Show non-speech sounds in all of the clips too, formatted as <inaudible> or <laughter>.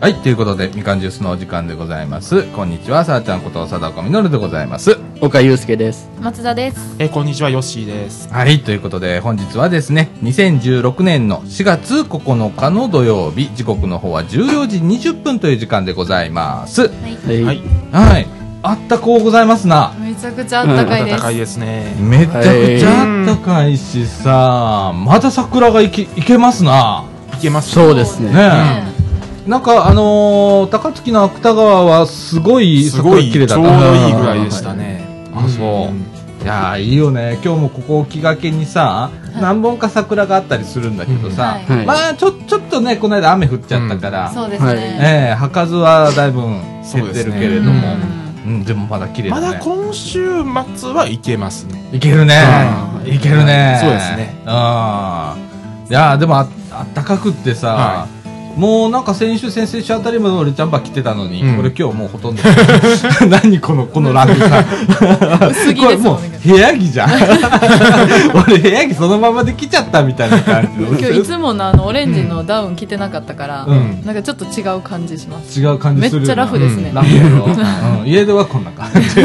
はい、ということで、みかんジュースのお時間でございます。こんにちは、さあちゃんこと、さだこみのるでございます。岡祐介です。松田です。えーこんにちは、ヨッシーです。はい、ということで、本日はですね、2016年の4月9日の土曜日、時刻の方は14時20分という時間でございます。はい。はい。はい、はい、あったこうございますな。めちゃくちゃあったかいです。暖かいですね。めちゃくちゃあったかいしさ、まだ桜がいけいけますな。いけます。そうですね。ねなんかあのー高槻の芥川はすごいすごい、ちょ綺う麗どだいったいぐらいでしたね。あそうんいやーいいよね今日もここを気がけにさ、何本か桜があったりするんだけどさ、うんはいまあちょちょっとねこの間雨降っちゃったから、そうですはいね。ええ墓数はだいぶ減ってるけれどうんも、うんでもまだ綺麗だまねだ今週末はいけますね。いけるねうんいけるねそうですねうんいやーでもああったかくってさ、はもうなんか先週先々週あたりまで俺ジャンバー着てたのに、うん俺今日もうほとんど <laughs> 何このこのランクさ薄着こでれすももうんね。部屋着じ <laughs> ゃん俺部屋着そのままで来ちゃったみたいな感じの今日いつものあのオレンジのダウン着てなかったから、うんなんかちょっと違う感じします。違う感じめっするよなちゃラフですね。ラフやろ、うん、家ではこんな感じ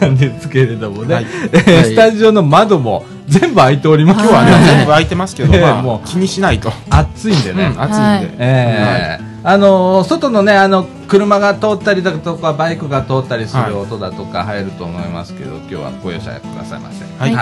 なんですけれどもね、はいえースタジオの窓も全部開いております今日はねね、全部空いてますけど、ええまあもう気にしないと。暑いんでうね、ん、暑いんで。えーあのー外のねあの車が通ったりだとかバイクが通ったりする音だとか入ると思いますけど、今日はご容赦くださいませはい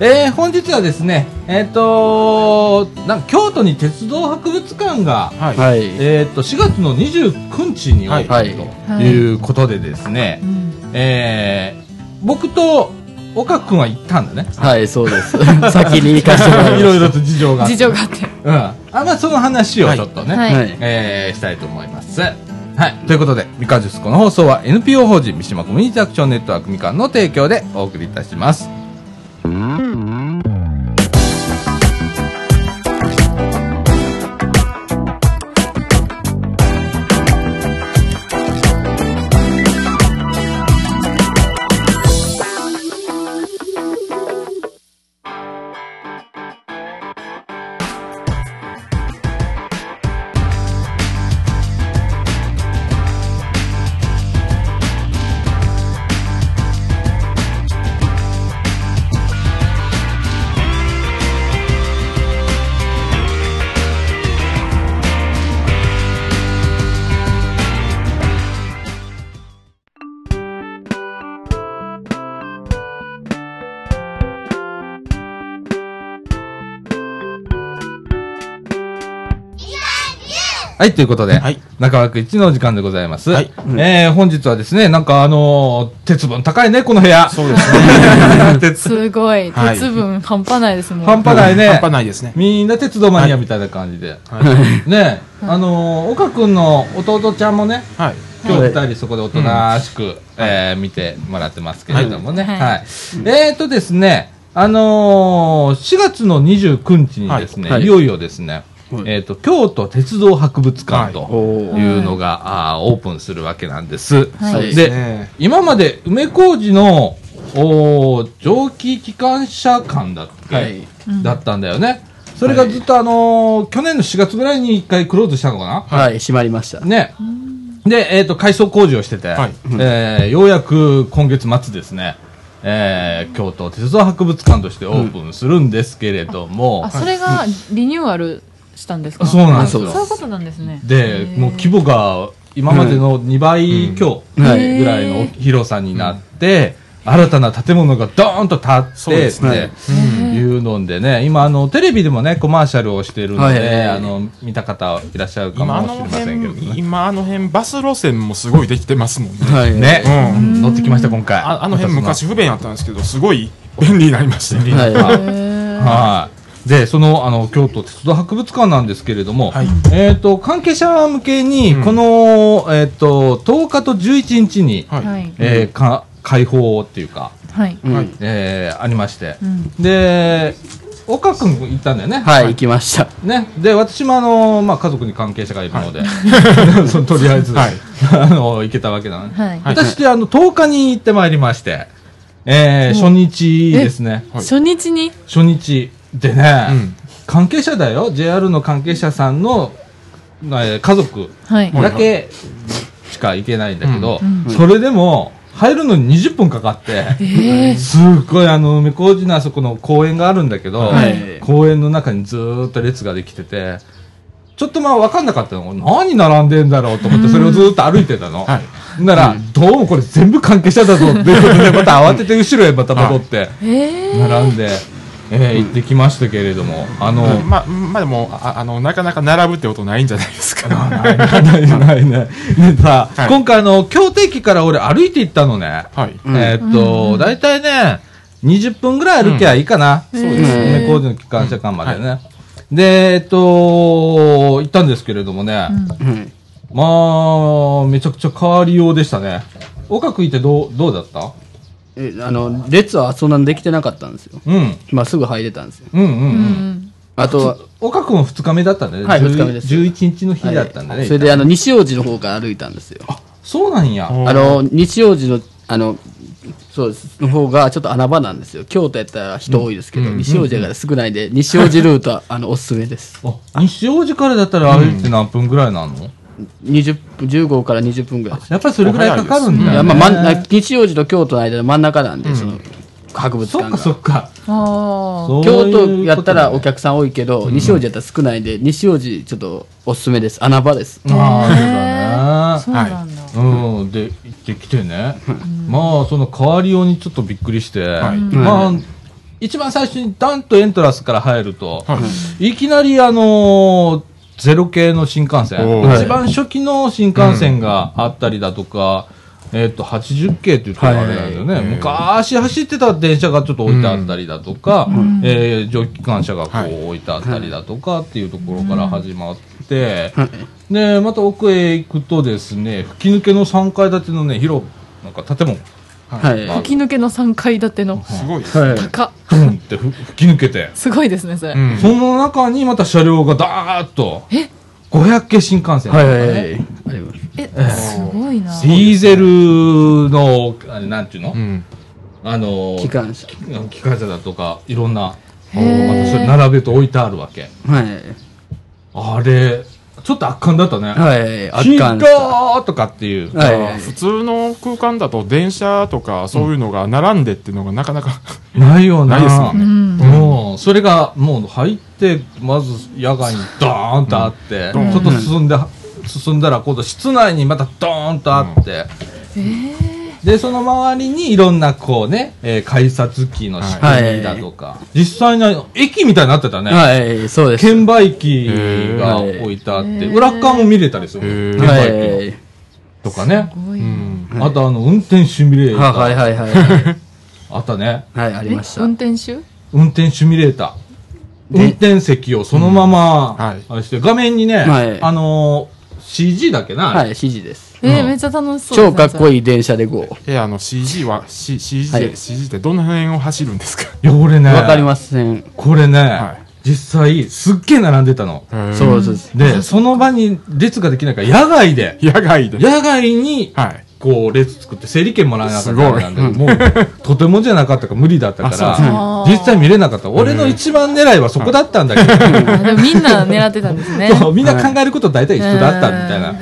えー本日はですねえっ、となんか京都に鉄道博物館が、はい。はい。はい。えー、と4月の29日にオープンはいということでですね、うんえー僕と岡君は行ったんだねはい、そうです。先に行かせてもらいま <laughs> いす。ろいろと事情があって事情があって。うんあまあその話をちょっとね、はいはい。えーしたいと思います。はい。ということで、みかんジュースこの放送は NPO 法人三島コミュニティアクションネットワークみかんの提供でお送りいたします。はい、ということで、はい中枠1のお時間でございます。はいえー本日はですね、なんかあのー鉄分高いね、この部屋。そうで <laughs> すね。鉄、すごい。はい鉄分半端ないですもん。半端ないね半。端ないですね。みんな鉄道マニアみたいな感じで。はい。ね、あのー岡くんの弟ちゃんもね、はい。今は日い二人そこでおとなしく、えー見てもらってますけれどもね。は。はいいえーとですね、あのー、4月の29日にですね、はいい、よいよですね、はいえーと、京都鉄道博物館とおーいうのが、あーオープンするわけなんです。はいで、ね今まで梅小路の、おー蒸気機関車館だっけ、はいだったんだよね。それがずっとあのー去年の4月ぐらいに一回クローズしたのかなはい、閉まりました。ね。で、えっ、と、改装工事をしてて、はいえーようやく今月末ですね、えー京都鉄道博物館としてオープンするんですけれども、あ、それがリニューアルしたんですかそうなんですそよういうことなんですね。で、もう規模が今までの2倍強ぐうんらはいいの広さになって、新たな建物がドーンと建って、そうですねっていうのでね、今あの、テレビでもね、コマーシャルをしてるので、はいあの、見た方いらっしゃるか今あもしのれませんけど辺、ね。今あの辺、バス路線もすごいできてますもんね。はい。ね、ううん乗ってきました、今回。ああの辺私も昔不便やったんですけど、すごい便利になりましたね。はい。ははい。で、その、あの、京都鉄道博物館なんですけれども、はいえっ、と、関係者向けに、うんこの、えっ、と、10日と11日に、はいはい。えーか、開放っていうか、はい。い。はいえーありましてう。ん。で、岡くん行ったんだよね。はい、行きました。ね。で、私もあの、まあ、家族に関係者がいるので、 <laughs> そのとりあえず、はいあの、行けたわけなので、はい。はい私で、あの、10日に行ってまいりまして、えー初日ですね。はい初日に初日でね、うん関係者だよ JR の関係者さんのえー家族はい。だけしか行けないんだけど、うんそれでも、入るのに20分かかって、ええ。すっごいあの、梅小路のあそこの公園があるんだけど、はい公園の中にずーっと列ができてて、ちょっとまあ分かんなかったの。何並んでんだろうと思って、それをずーっと歩いてたの。はいなら、どうもこれ全部関係者だぞっていうことで、また慌てて後ろへまた戻って、ええ。並んで、えー行ってきましたけれども、あの、うんまあ、うんまあでも、ああの、なかなか並ぶってことないんじゃないです <laughs> か。ないないないない。でさ、はい今回あの、京都駅から俺歩いて行ったのね。はい。うんえーっと、だいたいね、20分ぐらい歩きゃいいかな。うんそうですへーね。工事の機関車間までね。で、えーっと、行ったんですけれどもね、うんはいまあ、めちゃくちゃ変わりようでしたね。岡くいてどう、どうだったえあの列はそんなんできてなかったんですようん。まあすぐ入れたんですようんうんう。うんん。あとは岡くんは2日目だったんだね。はい10二日目です11日の日だったんだね。はいそれであの西大路の方から歩いたんですよそうなんや。おあの西大路のあのそうですの方がちょっと穴場なんですよ京都やったら人多いですけど、西大路が少ないんで西大路ルートはあのおすすめですあ西大路からだったら歩いて何分ぐらいなの、 20分15から20分ぐらいですやっぱりそれぐらいかかるんだよ、ね。いやまあ真ん西大路と京都の間の真ん中なんで、その博物そっ館かがそっか。ああ。そう京いうこと都ねやったらお客さん多いけど、西大路やったら少ないんで西大路ちょっとおすすめです穴場ですああ、そそううなんだ。だね。うん、で、行ってきてね。まあ、その変わりようにちょっとびっくりして、はいまあ、一番最初にダンとエントラスから入ると、い、きなりあのーゼロ系の新幹線、おー一番初期の新幹線があったりだとか、えっ、と、80系っていうところがあれなんだよね、はい昔走ってた電車がちょっと置いてあったりだとか、えー蒸気機関車がこはうい置いてあったりだとかっていうところから始まって、で、また奥へ行くとですね、吹き抜けの3階建てのね、広、なんか建物、はい、吹き抜けの三階建てのすごいですね。はい高っ。ドンってふ吹き抜けて、すごいですね、それ。うんその中にまた車両がダーッと、500系新幹線、はいはいはいはいありますえ、すごいな。ディーゼルの、あれなんていうの、うん。あの、機関車機関車だとか、いろんな、へまたそれえ。並べて置いてあるわけ。はいあれ、ちょっと圧巻だったね。はい圧新巻でしたーとかっていう。はいはい普通の空間だと電車とかそういうのが並んでっていうのがなかなか、 <laughs> ないよな。ないですもんうねん。もう、それが、もう入って、まず野外にドーンとあって、うんちょっと進んで、進んだら今度室内にまたドーンとあって、ええ。で、その周りにいろんなこうね、えー改札機の仕組みだとか、実際の駅みたいになってたね。はいそうです券売機が置いてあっへて、ー裏っ側も見れたりすへる。ー券は売機のいとかね。すごいうな。ん、いあとあの、運転シミュレーター。はいはいはいはいあったね。はいあえりました運転手運転シミュレーター。で運転席をそのまま、んはいあれして、画面にね、はいあのー CG だっけな、はい指示ですえうー、んめっちゃ楽しそうで超すね。かっこいいい電車で GO えあの CG は、C、CG で、はい CG ってどの辺を走るんですかいや、俺ね、わかりませんこれね、はい実際、すっげえ並んでたの。そうですで、その場に列ができないから、野外で、野外で野外に、はいこう、列作って、整理券もらえなかったからなんだけど、もう、とてもじゃなかったから無理だったかあそうら、あー実際見れなかった。俺の一番狙いはそこだったんだけど、でもみんな狙ってたんですね。 <laughs> そうみんな考えること大体一緒だったみたいな、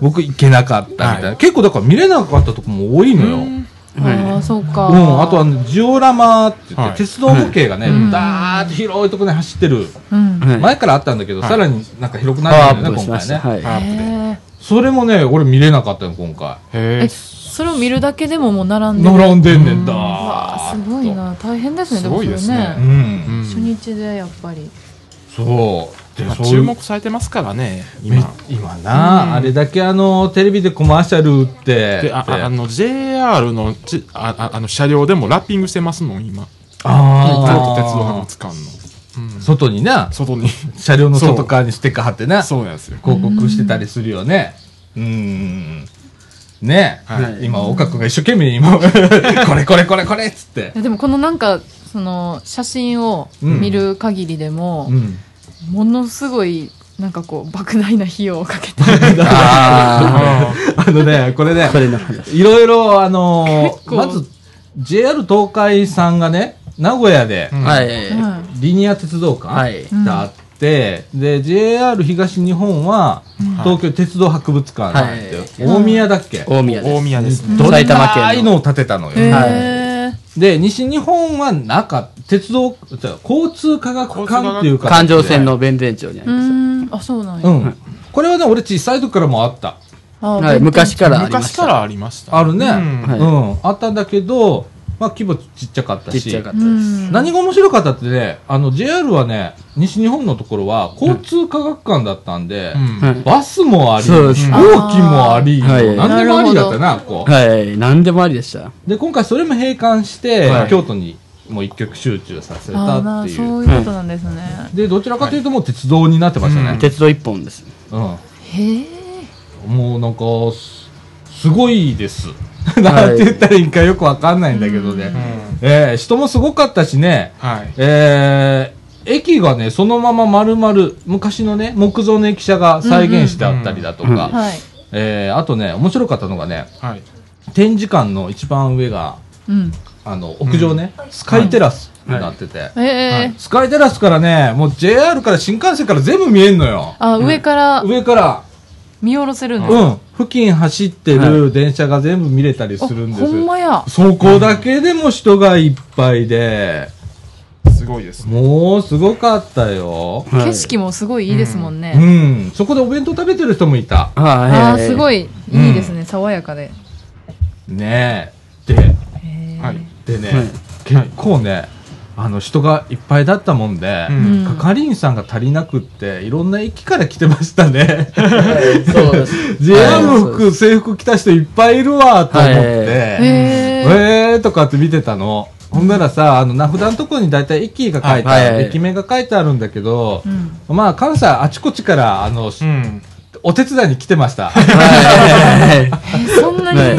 僕行けなかったみたいな、は結構だから見れなかったとこも多いのよ、うんああ、そうか。あとあのジオラマって言って、はい鉄道模型がね、んダーって広いとこに走ってる、うん。はい前からあったんだけど、はいさらになんか広くパなワったんーだアよねップしま今し回ねたはいアップでへえ。それもね俺見れなかったよ今回へえ、えそれを見るだけでももう並んでる。並んでんねんだうわーあっとすごいな。大変ですね。すごいですねもうそれん初日でやっぱり。そうでまあそういう注目されてますからねめ今今な、あれだけあのテレビでコマーシャル打ってであああの JR のじあああの車両でもラッピングしてますもん今京都あー鉄道博物館の外にな外に車両の外側にステッカー貼ってな、広そうなんですよ告してたりするよね。うーん。ねえ、はい今、岡君が一生懸命今、 <laughs> これこれこれこれっつってい。やでもこのなんか、その、写真を見る限りでもう、ん。ものすごい、なんかこう、莫大な費用をかけて。ああ <laughs> あのね、これねあ、これの話いろいろ、あの結ー構まず、JR 東海さんがね、名古屋で、うんはいうんリニア鉄道館はいがあっって、で、JR 東日本は、東京鉄道博物館なんですよ。はい大宮だっけ大宮です大宮ですね。んどれ埼だ玉ーい県ののを建てたのよ。へはいえ。で、西日本はなんか、鉄道、じゃあ交通科学館っていうか。環状線。の弁天町にありうます、ーん。あ、そうなんうや。ん。これはね、俺小さい時からもあった。あはい、昔からありま昔しかたらありました。あるね。ううんはいん。あったんだけど、まあ規模ちっちゃかったちし。っちゃかったでうす、ん。何が面白かったってね、あの JR はね、西日本のところは交通科学館だったんで、うんはいバスもあり、飛そう行です機もあり、あー何でもありだったな、こう。はい何でもありでしたで、今回それも閉館して、はい京都にもう一極集中させあーたなっていう。そういうことなんですね。で、どちらかというともう鉄道になってましたね。鉄道一本ですうん。へえ。もうなんか、すすごいです。 <laughs> なんて言ったらいいんかよくわかんないんだけどね。うんえー人もすごかったしね、はい。えー駅がね、そのまま丸々、昔のね、木造の駅舎が再現してあったりだとうんうんか、はい。えーあとね、面白かったのがね、はい。展示館の一番上が、うん。あの、屋上ね、スカイテラスになってて、ええ。スカイテラスからね、もう JR から新幹線から全部見えんのよ。あ、上から上から、見下ろせるんだ。うん、付近走ってる電車が全部見れたりすあるんですほんまや。そこだけでも人がいっぱいで、すごいですね。もうすごかったよ。はい景色もすごいいいですもんね。うん、そこでお弁当食べてる人もいた。はいああ、すごいいいいですね、爽やかで。ねえ。で、へーはい。でね、はい結構ね、あの人がいっぱいだったもんで、うんうん係員さんが足りなくって、いろんな駅から来てましたね。 <laughs> そうです JR の服、制服着た人いっぱいいるわ、と思って、はいへーえーとかって見てたの。ほんならさ、あの、名札のところに大体駅が書いてある、はいはいはい駅名が書いてあるんだけど、うんまあ、関西あちこちから、あの、うん。お手伝いに来てました。 <laughs> はいえそんなに、はい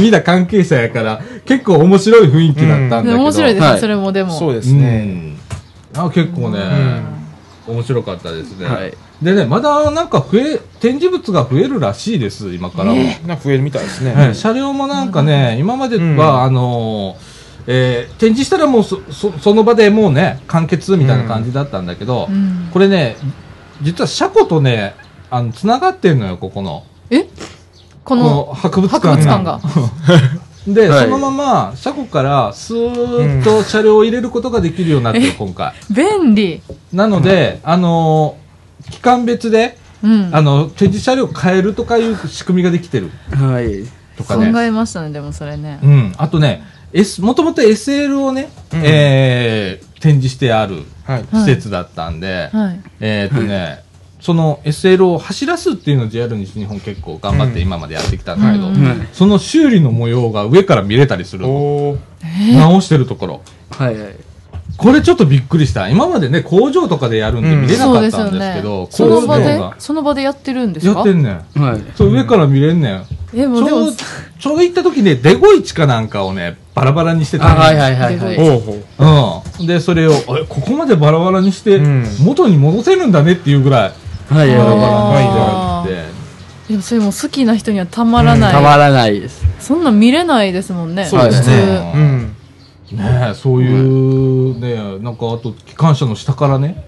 みんな関係者やから、結構面白い雰囲気だったんだけど。面白いですね、はいそれもでも。そうでですね。うんあ結構ね、面白かったですね。でね、まだなんか増え、展示物が増えるらしいです、今からは。なんか増えるみたいですね。はい車両もなんかね、今までは、うんあのーえー展示したらもうそそその場でもうね完結みたいな感じだったんだけど、うんこれね実は車庫とねあの繋がってんのよここのえここのの博物館博が物館が。で、はいそのまま車庫からスーッと車両を入れることができるようになってる、うん今回。便利。なので、あのー期間別で、うん。あの、展示車両変えるとかいう仕組みができてるはいはいとか考ね。えましたね、でもそれねう。ん。あとね、S、もともと SL をね、うんえー展示してあるはい。施設だったんで、はい。えーっとね、その SL を走らすっていうのを JR 西日本結構頑張って今までやってきたんだけど、うんはいその修理の模様が上から見れたりするの。おー。直してるところ。はいはいこれちょっとびっくりした。今までね、工場とかでやるんでうん見れなそうかっですたよんですねけど、。その工場場でが、その場でやってるんですやかってんねん。はいそう、上から見れんねん。え、ちもうでょもう、、ちょうど行った時ね、デゴイチかなんかをね、バラバラにしてたあのはいはいはいはでいかほうほう。うん。で、それを、えここまでバラバラにしてうん、元に戻せるんだねっていうぐらい、はいバラバはラにあしーてあって。でもそれもう好きな人にはたまらいたなまい。らないですそんなん見れないですもんね。そうです普ねう。ん。ねえそういう、ねなんかあと、機関車の下からね、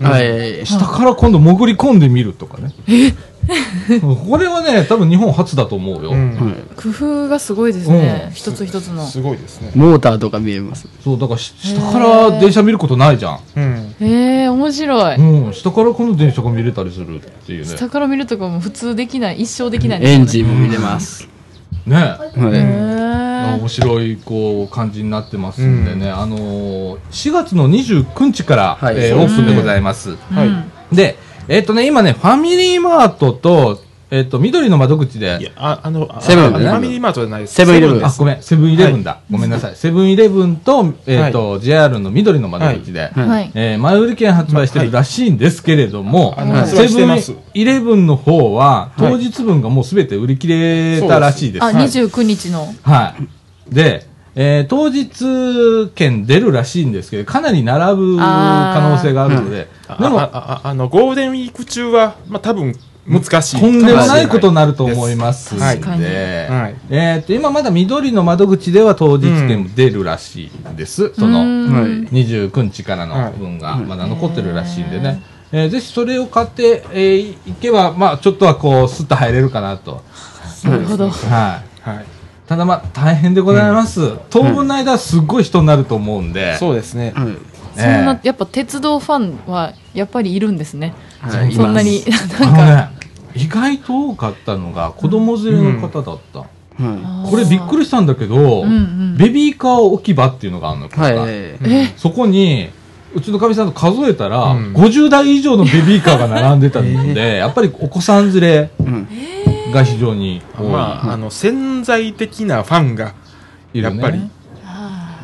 はいはい下から今度潜り込んでみるとかね。 <laughs> これはね、多分日本初だと思うよ。うん。通。工夫がすごいですねう。ん一つ一つの。すごいですね。モーターとか見えますそう、だからし下から電車見ることないじゃん。うん。ええ、面白い。うん、下からこの電車が見れたりするっていうね。下から見るとかも普通できない一生できないですエよねンジンも見れますねはいへ面白いこう感じになってますんでね、あのー4月の29日から、はいえーそうオでーすプねンでございます。はうい。んで、えっ、とね、今ね、ファミリーマートと、えっ、と、緑の窓口いやで、、ああの、あセブンあのねファミリーマートじゃないです。セブンイレブンあ、ごめん、セブンイレブンだ。ごめんなさい。セブンイレブンと、えっ、と、JR の緑の窓口で、ははいい。えー前売り券発売してるらしいんですけれども、あのはい発売してますセブンイレブンの方は、はい当日分がもうすべて売り切れたらしいです。あ、はい二十九日の。はい。で、えー当日券出るらしいんですけど、かなり並ぶ可能性があるので、あであも、あああの、ゴールデンウィーク中は、まあ多分、難しい。とんでもないことになると思いますんで、はいはいはいえー、と今まだ緑の窓口では当日券も出るらしいんです、そのはい29日からの分がまだ残ってるらしいんでね、えーぜひそれを買って、えーいけば、まあ、ちょっとはこうスッと入れるかな <laughs> と、なるほど。はい、はい。ただまあ大変でございます、当分の間はすっごい人になると思うんで、そうですね。はいそんな、やっぱ鉄道ファンはやっぱりいるんですね。はいそんなに、あのね意外と多かったのが子供連れの方だった、はこれびっくり。りしたんだけど、うんうんベビーカー置き場っていうのがあるのよ、ここがいはいえ、そこに、うちのかみさんと数えたら、うん50台以上のベビーカーが並んでたんで、やっぱりお子さん連うんれが非常に多い。まあ、あの、潜在的なファンが、いるねやっぱり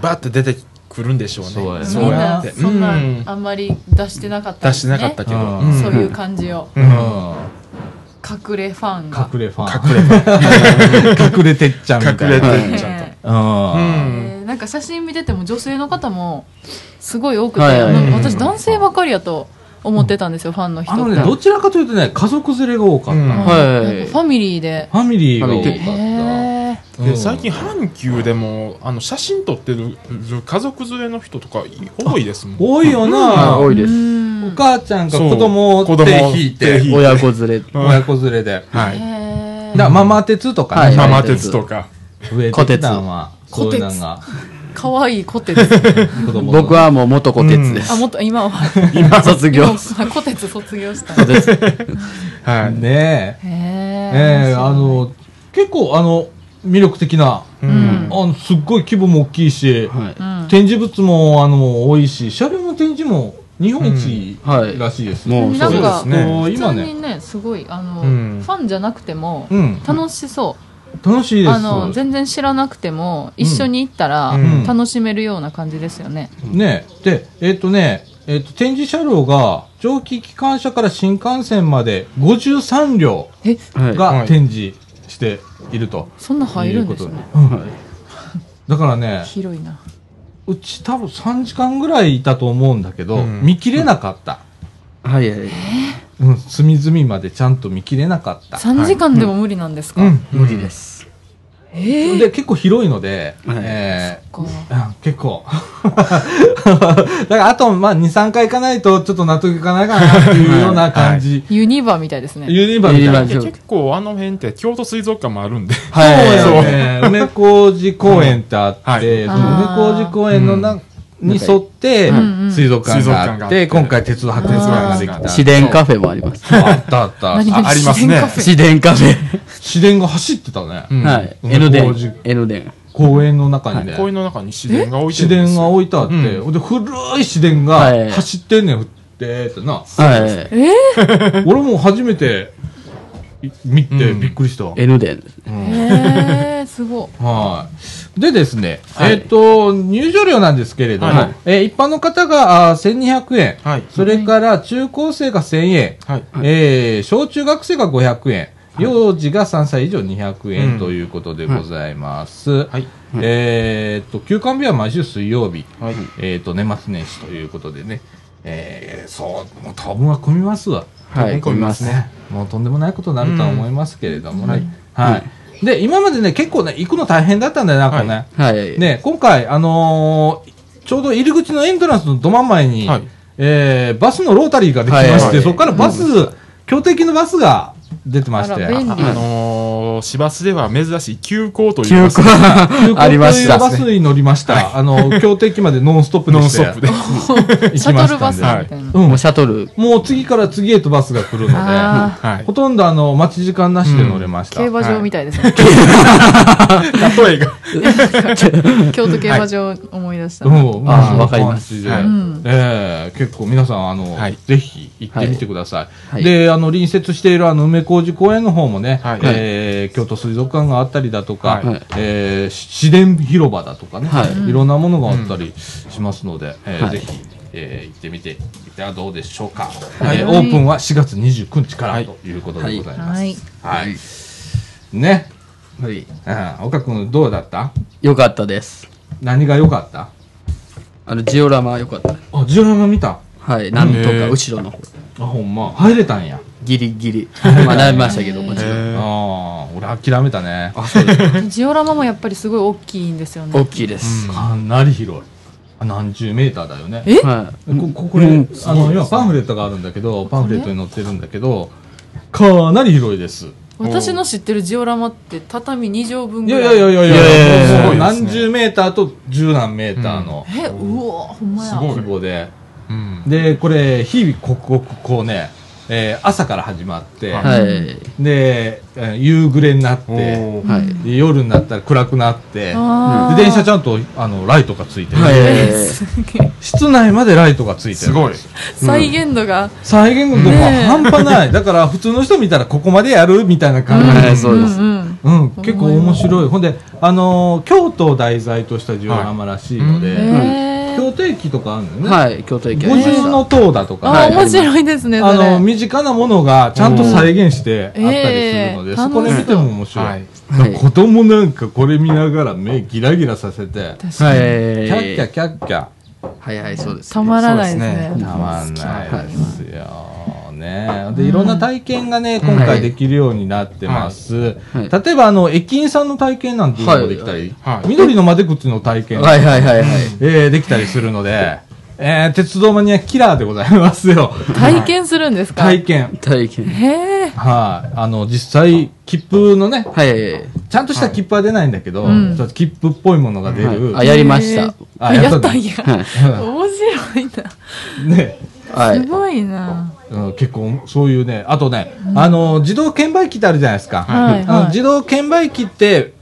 バーって出てくるんでしょうね。そうやねみそんうやっなて。そんなうんあんまり出してなかったんで出しすてねなかったけど。うんうんそういう感じをううんん隠れファンが隠れファン。隠れ <laughs> 隠れてっちゃうみたいな。隠れれててっっちちゃねうんうんえーなんか写真見てても女性の方もすごい多くて、はいはいなんか私男性ばかりやと思ってたんですよ、ファンの人あって。のね、どちらかというとね、家族連れが多かった。うんフうはいんなんかファミリーで。ァミリーが多かへっーたうでん。最近阪急でもあの写真撮ってる家族連れの人とか多いですもん多いよな。あ多おいですうん母ちゃんがそう子供を子供手引い手て引、い親子連れうん親子連れで。だかはい、へーらママ鉄とかはねい。ママ鉄とか上手なのは、そういうのが、かわいいコテツ。子供の僕はもう元虎鉄ですあ、もっと、今は。 <laughs> 卒業今コテツ卒業した。へはい、ねえ。え、ええあ、の、結構あの、魅力的な、ううんんあ。の、すっごい規模も大きいし、はいうん展示物もあの、多いし、車両の展示も日本一うんはいらしいです。もうそなんうでかすそうですね普今通ね、にね、すごい、あの、うんファンじゃなくてもう、ん、楽しそ。楽しいうです。あの、全然知らなくても、一緒に行ったらうん、楽しめるような感じですよね。ねえ、で、えっ、とね、えっ、と、展示車両が、蒸気機関車から新幹線まで53両え、はいが展示していると。そんな入いるうんこですとでね。うんはいだからね、広いな。うち多分3時間ぐらいいたと思うんだけど、うん見切れなかった、はいはいうん、隅々までちゃんと見切れなかった、 3時間でも無理なんですかうん、無理ですえーで結構広いので、はいえーそっかうん結構 <laughs> だからあと、まあ、23回行かないとちょっと納得いかないかなっていうような感じ、ユニバみたいですね。ユニバみたいなユニで結構あの辺って京都水族館もあるんではいそうはやいね梅小路公園ってあって、はいその梅小路公園のな、に沿ってうん水族館があって水族館があって今回鉄道博物館ができた自然カフェもありますあったあった何あ々あありますね自然カフェ自然カフェ市電が走ってたね、うんはいうん江ノ工事電江ノ電公園の中にね、公園の中に市電が置いて市るんで電すがよ置いてあって、うで古い市電はいが走ってんねん、振ってってなはいえー俺も初めてい見てうんびっくりした、江ノ電ですえー、すごい。はい。でですね、はいえっ、と、入場料なんですけれども、はいえー一般の方があー1200円、はいそれから中高生が1000円、はいえー小中学生が500円、幼児が3歳以上200う円んということでございます。はいえーっと、休館日は毎週水曜日、はいえーっと、年末年始ということでね、えーそう、もう当分は混みますわ。はい混みますねもうとんでもないことになるとは思いますけれどもね。はい。で、今までね、結構ね、行くの大変だったんだよ、なんかね。はいね、今回、あのーちょうど入り口のエントランスのど真ん前に、はいえーバスのロータリーができまして、はいはいそこからバス、強敵のバスが出てまして、あら便利あのー、市バスでは珍しい急行という休バス校ありまといしうたバスに乗りました。あの、京都駅までノンストップでノンしスてトップ <laughs> で行シきャまトルしたバんスで。みたいな。うんもうシャトルもう次から次へとバスが来るので、あはいほとんどあの、待ち時間なしで乗れましーた。競馬場みたいですね。例えが京都競馬場思い出した。うん、あーそんなわかります感じではいうんええ結構皆さん、あの、はいぜひ行ってみてください。はいで、あの、隣接しているあの、梅小路公園の方もね、はいえー京都水族館があったりだとか、はいえー市電広場だとかね、、はいろんなものがあったりしますので、えーはいぜひ、えー行ってみて、はどうでしょうか、いえーオープンは4月29日からということでございます。ははい。い。ね、はいうん、岡君どうだったよかったです何が良かったあのジオラマ良かったあ、ジオラマ見たはいなんとへかー後ろのあほんま入れたんやギリギリ。まあ、なりました <laughs> けど、もちろん。えああ俺諦めたねジオラマもやっぱりすごい大きいんですよ大ね。きいです。かなり広いあ何十メーターだよねえはこここれ、うんあの今パンフレットがあるんだけどパンフレットに載ってるんだけどかなり広いです私の知ってるジオラマって畳2畳分いぐやらい。いやいやいやいやいやいやいやもうもうすごいですね何十メーターと十何メーターのえ、うわ、ほんまや。すごい規模で、うんでこれ日々刻々こうね、えー朝から始まって、い。はい。でえー夕暮れになっおてーはい。で夜になったら暗くなってであー電車ちゃんとあのライトがついてる、はいえすげえ室内までライトがついてるすごい再現度が。再現度がねえ半端 <laughs> ない、だから普通の人見たらここまでやるみたいな感じはい、そううです。んうん。うん、結構面白いほんで、あのー京都を題材としたジオラマらしいので、ええ京都駅とかあるんだよね、はい、京都駅あ五りまし重た。の塔だとか、あ、あ面白いですね、そのれ。身近なものがちゃんと再現してあったりするので、うんそこで見ても面白い、はいはい子供なんかこれ見ながら目ギラギラさせて確かはに。キい。ャッキャキャッキャはいはい、そうです。たまらないですそうねで。たまんないですよ。ね、でいろんな体験がね、今回できるようになってます。はいは例えばあの駅員さんの体験なんていうのもできたり、はいはい緑のまで口の体験、はいはいはいはい。えーできたりするので、えー鉄道マニアキラーでございますよ。体験するんですか体験。体験。へえ。はい、あ。の、実際、切符のね、はい。ちゃんとした切符は出ないんだけど、うんちょっと切符っぽいものが出る。はいあやりましたへえああ、ややったっのたんや。面白いねはな。すい。ごいな。うん結構そういうねあとね、あの自動券売機ってあるじゃないですか、はいあのはい自動券売機って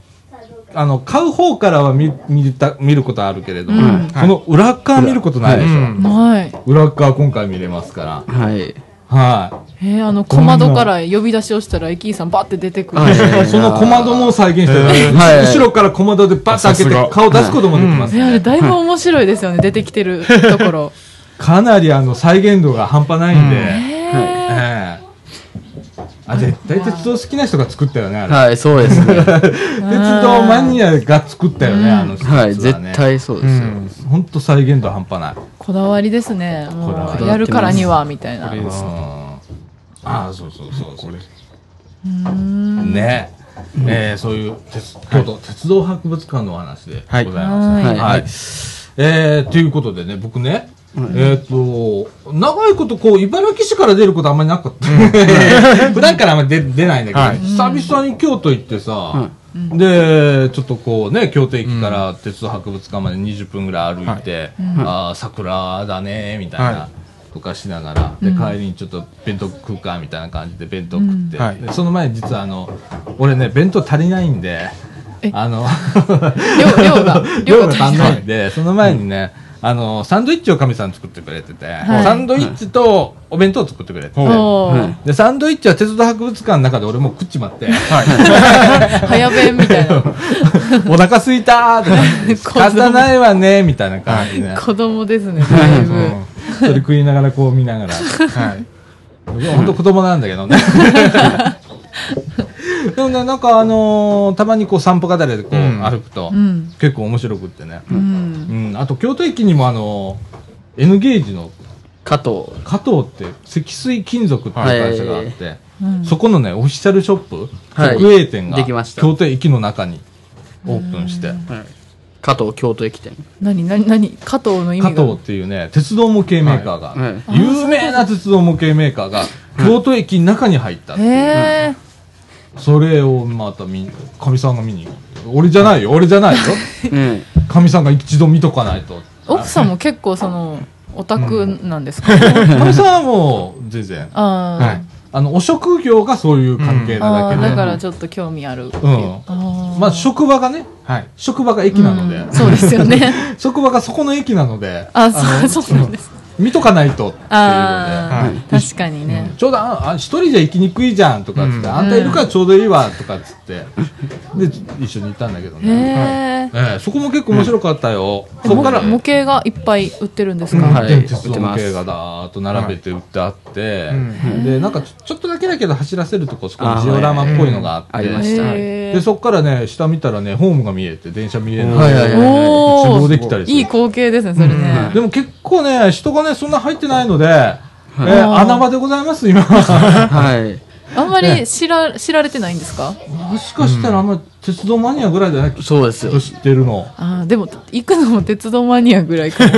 あの買う方からは見見た見ることはあるけれども、うんこの裏側見ることないでしょ、うんはい。裏側今回見れますからはい。はえー、あの小窓から呼び出しをしたら駅員さんバーって出てくる、はいい、その小窓も再現してる、へーはい後ろから小窓でバッと開けさすてが顔出すこともできます、えーあれだいぶ面白いですよね出てきてると <laughs> ころかなりあの再現度が半端ないんで、ええー、えあ絶対鉄道好きな人が作ったよねあれはい、そうですね。 <laughs> 鉄道マニアが作ったよね、あの施設は、ねはい、絶対そうですよ。ほんと再現度半端ないこだわりですねもこだわうりやるからにはみたいなこれですああそうそうそうそうこねえーそういう鉄京都鉄道博物館のお話でございますはねいはいえーということでね僕ねえっと長いことこう茨城市から出ることあんまりなかった <laughs> 普段からあんまり出出ないんだはいけど久々に京都行ってさでちょっとこうね京都駅から鉄道博物館まで20分ぐらい歩いてあー桜だねみたいはなとかしながらで帰りにちょっと弁当食うかみたいな感じで弁当食って、うんはいでその前に実はあの俺ね弁当足りないんでえあの量量が量量がが足足りりなないいんでその前にね、あのサンドイッチをかみさん作ってくれてて、はいサンドイッチとお弁当を作ってくれてて、おーはいでサンドイッチは鉄道博物館の中で俺もう食っちまって。早弁みたいな <laughs> お腹すいたーって感じで子供仕方ないわねみたいな感じで、ね、子供ですねだいぶ、それ食いながらこう見ながらはい本当子供なんだけど <laughs> ね。でもね、なんかあのーたまにこう散歩がたりでこううん歩くと、うん結構面白くってね。ううんん、あと京都駅にもあのー N ゲージの加藤。加藤って積水金属っていう会社があって、うんそこのね、オフィシャルショップ、はい直営店ができました京都駅の中にオープンして、加藤京都駅 <laughs> 店。何何何加藤の意加味が藤っていうね、鉄道模型メーカーが、はいはい有名な鉄道模型メーカーが京都駅の中に入ったっていう。へえそれをまたみかみさんが見に行く俺じゃないよ俺じゃないようん。かみさんが一度見とかないと <laughs> 奥さんも結構そのオタクなんですか、かみさんはもう全然あー、はいあのお職業がそういう関係なあだーけで、だからちょっと興味あるっていう、うんあーまあ職場がねはい職場が駅なので、うんそうですよね <laughs> 職場がそこの駅なのであのそうそうなんです見とかないとっていうのであはいあ確かにね、ちょうどああ一人じゃ行きにくいじゃんとかっつって、うんあんたいるからちょうどいいわとかっつって、で一緒に行ったんだけどへね、えええそこも結構面白かったよ、そこから模型がいっぱい売ってるんですか、はいで鉄道模型がだーっと並べて売ってあって、うんでなんかちょちょっとだけだけど走らせるとこそこあにージオラマっぽいのがあって、はいはいはいありましたへーでそこからね下見たらねホームが見えて電車見えるのはいはいはい一お望おできたりするいい光景ですねそれね、でも結構ね人がねそんな入ってないのでえー穴場でございます、今。もはい。あんまり知ら知られてないんですかしかしたら、あんまり鉄道マニアぐらいじゃないきっそうですよと。知ってるの。ああでも行くのも鉄道マニアぐらいかも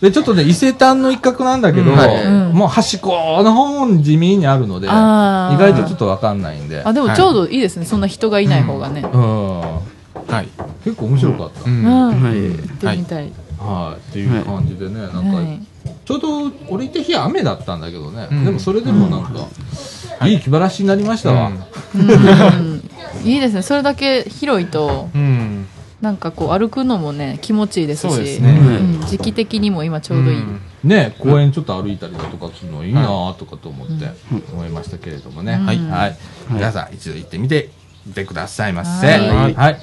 で、ちょっとね、伊勢丹の一角なんだけど、うんはいもう端っこの方に地味にあるので、意あー外とちょっとわかんないんで。あでもちょうどいいですねそんな人がいない方がねうん。はい。結構面白かっう。た。うんん、は行い。ってみたい、はい。っていう感じでね、なんか、はいちょうど俺行った日は雨だったんだけどね、うんでもそれでもなんか、いい気晴らしになりましたわ。うんいいですねそれだけ広いとうん。なんかこう歩くのもね気持ちいいですしそうですねうん時期的にも今ちょうどいい、んね、公園ちょっと歩いたりだとかするのいいなとかと思って思いましたけれどもね、はい、はい、皆さん一度行ってみてみてくださいませ。は、はいいはい、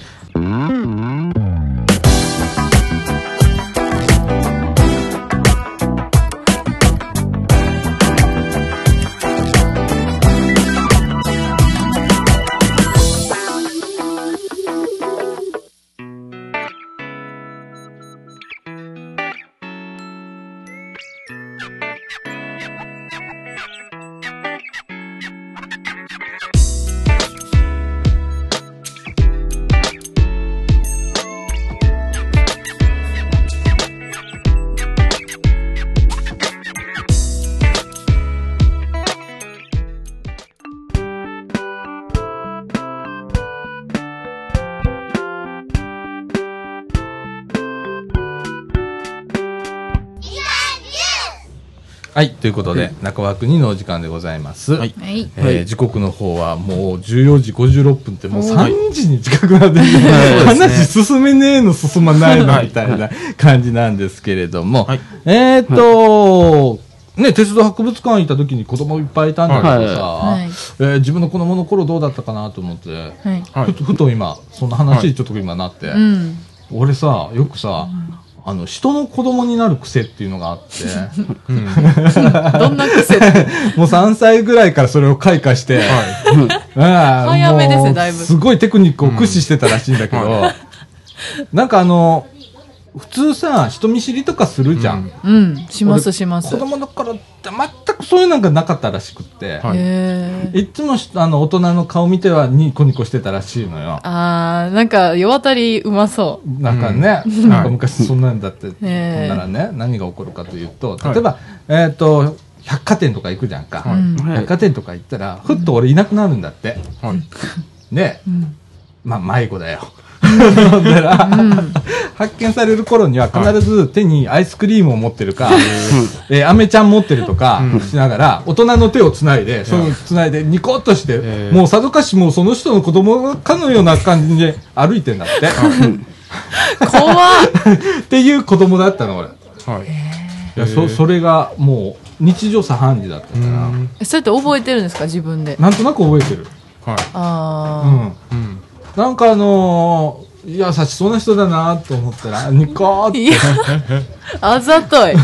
ということで中枠2のお時間でございます。はいはいえー時刻の方はもう14時56分ってもうおー3時に近くなってきて、 <laughs> 話進めねえの進まないのみたいな感じなんですけれども、はいえーっと、ね、鉄道博物館行った時に子供いっぱいいたんだけどさ、はいはいえー自分の子供の頃どうだったかなと思って、はいはいふとふと今そんな話ちょっと今なって、うん俺さよくさ、あの人の子供になる癖っていうのがあ <laughs> って。うん。どんな癖ってもう3歳ぐらいからそれを開花して、早 <laughs> 早めですねだいぶすごいテクニックを駆使してたらしいんだけど、うんはなんかあの、普通さ、人見知りとかするじゃん。うんうんしますします子供の頃って全くそういうのがなかったらしくって、はいへえい、つもしあの大人の顔見てはニコニコしてたらしいのよ。あーなんか世渡りうまそなんかね、<laughs> んなんか昔そんなんだって、ほんえならね、何が起こるかというと、例えば、えっ、と、百貨店とか行くじゃんか。う、うんはい百貨店とか行ったら、ふっと俺いなくなるんだって。はい。ね、んまあ迷子だよ。飲んだら、発見される頃には必ず手にアイスクリームを持ってるか、えー、アメちゃん持ってるとかしながら、大人の手をつないで、そのつないでニコッとして、えーもうさぞかしもうその人の子供かのような感じで歩いてんだって。怖っっていう子供だったの、俺。いはい。や、そ、それがもう日常茶飯事だったかうら、ん。えそうやって覚えてるんですか自分でなんとなく覚えてる。はうあん。い。うん。なんかあのー、優しそうな人だなと思ったら、ニコーっあていやあ <laughs> ざといい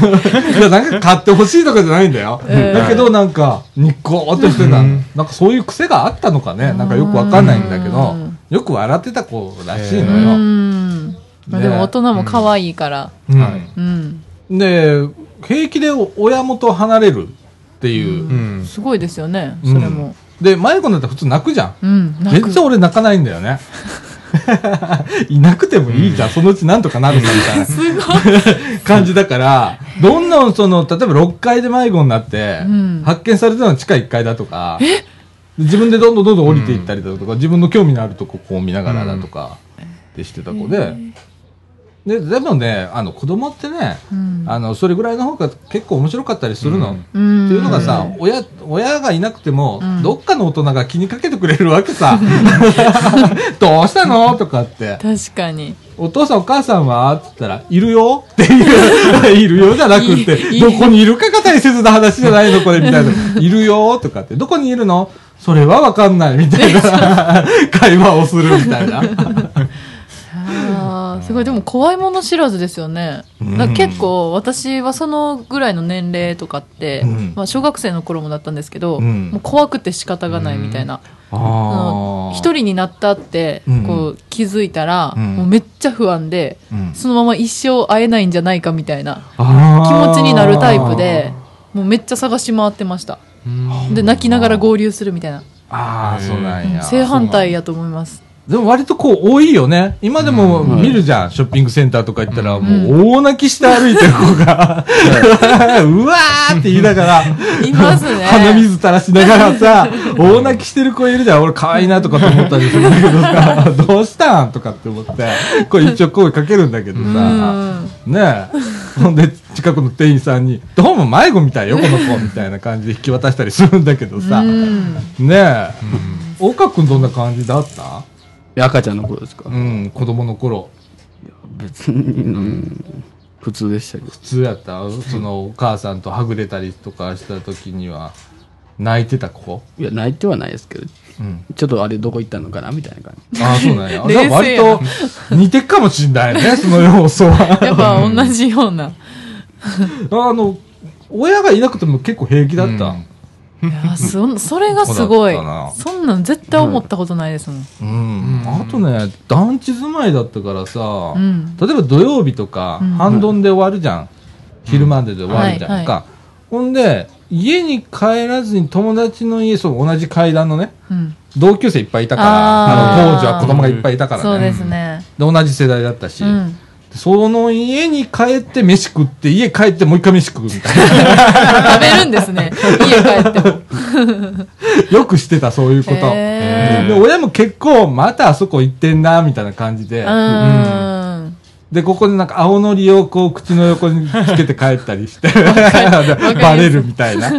や、なんか買ってほしいとかじゃないんだよ。ええだけど、なんか、ニッコーっとしてた。うんなんかそういう癖があったのかね。なんかよくわかんないんだけどうん、よく笑ってた子らしいうのよ。んまあでも大人も可愛いからうんはいうんで、平気で親元を離れるっていう。うん。すごいですよねうんそれもで、迷子になったら普通泣くじゃん。うん泣全く然俺泣かないんだよ <laughs> ね。いなくてもいいじゃん。そのうちなんとかなるさみたいな。 <laughs> すごい <laughs> 感じだから、どんどんその、例えば6階で迷子になって、うん発見されたのは地下1階だとか、自分でどんどんどんどん降りていったりだとか、自分の興味のあるとここう見ながらだとか、ってしてた子で、で、でもね、あの子供ってね、うんあの、それぐらいの方が結構面白かったりするの。うんっていうのがさ、親、親がいなくても、んどっかの大人が気にかけてくれるわけ <laughs> さ。どうしたのとかって。確かにお父さんお母さんはって言ったら、いるよっていう、いるよじゃなくってい、いどこにいるかが大切な話じゃないのこれみたいな。いるよとかって、どこにいるのそれはわかんないみたい <laughs> な会話をするみたいな。あーすごいでも怖いもの知らずですよね、うんなんか結構私はそのぐらいの年齢とかって、うんまあ、小学生の頃もだったんですけど、うんもう怖くて仕方がないみたいなあの一、人になったってうんこう気づいたら、うんもうめっちゃ不安で、うんそのまま一生会えないんじゃないかみたいな気気持ちになるタイプで。もうめっちゃ探し回ってましたうんで泣きながら合流するみたいなああ、そうなんうんや。正反対やと思いますでも割とこう多いよね。今でも見るじゃん。ショッピングセンターとか行ったら、もう大泣きして歩いてる子が、 <laughs> うわーって言いながら、いますね鼻水垂らしながらさ、大泣きしてる子いるじゃん。俺可愛いなとかと思ったりするんだけどさ、どうしたんとかって思って、こう一応声かけるんだけどさ、ねえ。ほんで、近くの店員さんに、どうも迷子みたいよ、この子、みたいな感じで引き渡したりするんだけどさ、ねえ。岡君どんな感じだったえ赤ちゃんの頃ですかうん、子供の頃、別に、うん、普通でしたけど普通やったそのお母さんとはぐれたりとかした時には、泣いてた子いや泣いてはないですけどうん。ちょっとあれどこ行ったのかなみたいな感ああ、そうなんや。冷じゃあ静やな割と似てっかもしんない <laughs> ね、その要素は。やっぱ同じようなあの、親がいなくても結構平気だった。いやそそれがすごいそうだったなそんなん絶対思ったことないですもん、うん。あとね、団地住まいだったからさ、うん例えば土曜日とか、うん半ドンで終わるじゃん。昼までで終わるじゃんか。はほんで、家に帰らずに友達の家、そう、同じ階段のね、うん、同級生いっぱいいたからああーの当時は子供がいっぱいいたからねそうですね、で同じ世代だったし、うん、その家に帰って飯食って家帰ってもう一回飯食うみたい <laughs> 食べるんです <laughs> ね家帰ってもなよくしてたそういうこと、へーで親も結構またあそこ行ってんなみたいな感じで、うんでここでなんか青のりをこう口の横につけて帰ったりして <laughs> りバレるみたい <laughs> な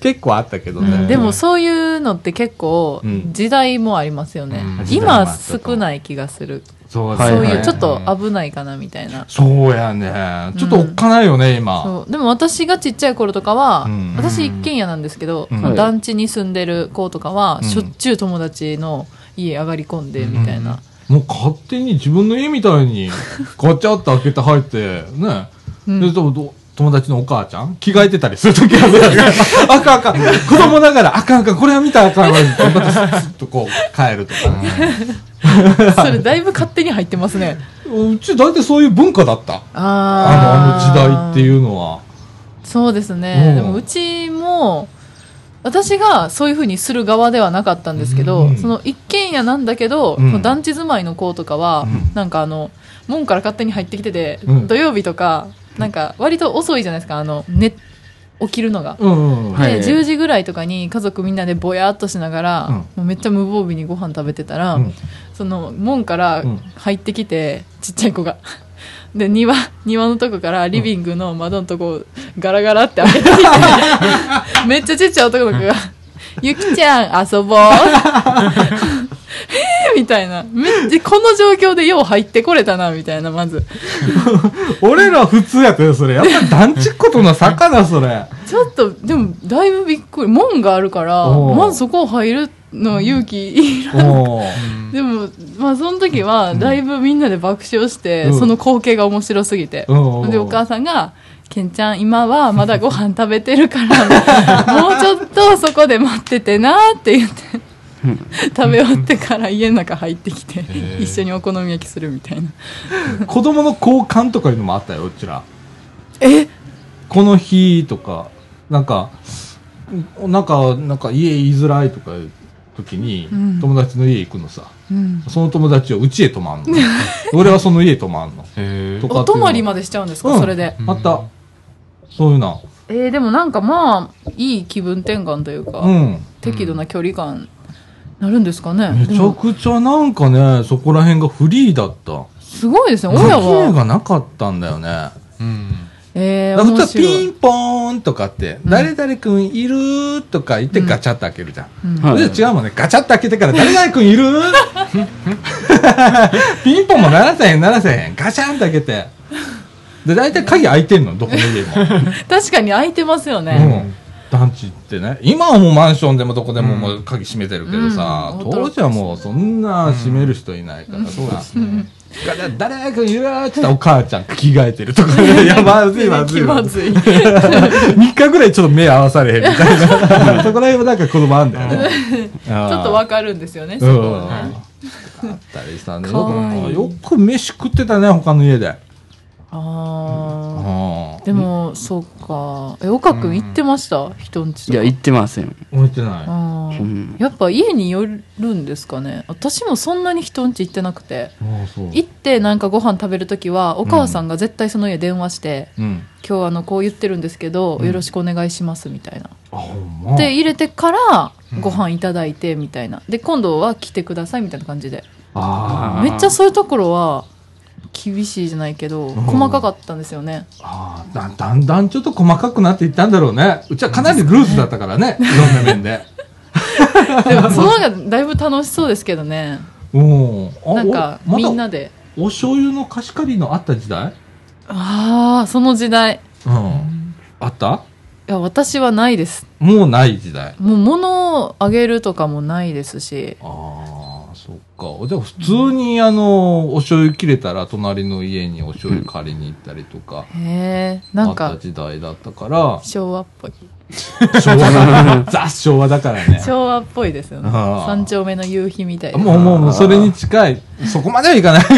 結構あったけどね、うんでもそういうのって結構うん時代もありますよね、うん今少ない気がする、そうはだいねそうはいはういちょっと危ないかなみたいな、そうやねちょっとおっかないよね、今そうでも私がちっちゃい頃とかは、うん私一軒家なんですけど、うんその団地に住んでる子とかは、うんしょっちゅう友達の家上がり込んでみたいな、もう勝手に自分の家みたい <laughs> に、ガチャッと開けて入って、ね。うんで、どど友達のお母ちゃん着替えてたりするときあるやんあかんあかん。子供ながら、あかんあかん、これは見たらあかんわ。ってまたスッとこう、帰るとか <laughs> ね。それだいぶ勝手に入ってますねうち大体そういう文化だった。 <laughs> あの、ああーの時代っていうのは。そうですね、うんでもうちも私がそういうふうにする側ではなかったんですけど、うんその一軒家なんだけど、うんその団地住まいの子とかうは、んなんかあの門から勝手に入ってきてて、うん土曜日とかなんか割と遅いじゃないですかあの、ね、起きるのが。うん、うん。はいで10時ぐらいとかに家族みんなでぼやっとしながら、うんもうめっちゃ無防備にご飯食べてたら、うんその門からうん入ってきて、ちっちゃい子が。 <laughs> で庭庭のとこからリビングの窓のとこガラガラって開けて <laughs> きてめっちゃちっちゃい男の子が「ゆきちゃん遊ぼう」えーみたいなめっちゃこの状況でよう入ってこれたなみたいなまず俺ら普通やったよ、それ。やっぱり団地っことの魚、そ <laughs> れ。ちょっとでもだいぶびっくり門があるからおうまずそこを入るの勇気いるおーでも、まあ、その時はだいぶみんなで爆笑して、うんその光景が面白すぎて、うんでお母さんが「ケンちゃん今はまだご飯食べてるから <laughs> もうちょっとそこで待っててな」って言って食べ終わってから家の中入ってきてー一緒にお好み焼きするみたいな子供の交換とかいうのもあったよ、うちら。えこの日とか、なんか、んなんか、なんか家言いづらいとかいう時に、うん友達の家行くのさ。うんその友達はうちへ泊まん <laughs> の。俺はその家へ泊まんの。へとーかおってい泊うのまりまでしちゃうんですか、うんそれで、あった。そういうな。えーでもなんかまあいい気分転換というか、うん。適度な距離感なるんですかね、めでちゃもくちゃなんかね、そこら辺がフリーだった。すごいですね親垣は根がなかったんだよね。うんえー、だから面普通は白ピい。ンポーンとかって、誰々くんいるとか言ってガチャッと開けるじゃん。うんはいで違うもんね、ガチャッと開けてから、誰々君いるピンポンもならせへん、ならせへん。ガチャンと開けて。で、大体鍵開いてんの、どこの家も。確かに空いてますようね。ん。団地ってね。今はもうマンションでもどこでももう鍵閉めてるけどさ、うん当時はもうそんな閉める人いないからさ。ガチャン誰々君いるって言ったらお母ちゃん着替えてるとか、ね、いや、まずいまず気いままずい。ずい。 <laughs> 3日ぐらいちょっと目合わされへんみたい <laughs> な。そこら辺もなんか子供あんだよね。ちちょっとわかるんですよね。そこうんはねあったりしたね。かわいいよくよく飯食ってたね、他の家で。ああでも、そうか。え、岡くん行ってました人んちといかや、行ってません。置いてなあーうんやっぱ家によるんですかね私もそんなに人んち行ってなくてい。もうそう。行ってなんかご飯食べる時はお母さんが絶対その家電話して、うん。今日あのこう言ってるんですけど、うんよろしくお願いしますみたいな、あ、ほんま。で入れてからうんご飯いただいてみたいなで今度は来てくださいみたいな感じであめっちゃそういうところは厳しいじゃないけど細かかったんです <laughs> よねーあーだ、だんだんちょっと細かくなっていったんだろうね。うちはかなりルーズだったから <laughs> ね。いろんな面で。でもその方がだいぶ楽しそうですけどねうん。あなんかおまみたんなでお醤油の貸し借りのあった時代ああその時代うん。あったいや私はないですもうない時代。もう物をあげるとかもないですし、ああ、そっか。じゃあ普通にあの、お醤油切れたら隣の家にお醤油借りに行ったりとか、へえ、なんあっかた時代だったから、昭和っぽい。昭和 <laughs> だザ昭和だからね。昭和っぽいですよね。あー三丁目の夕日みたいな。もうもうもうそれに近い。そこまではいかないけ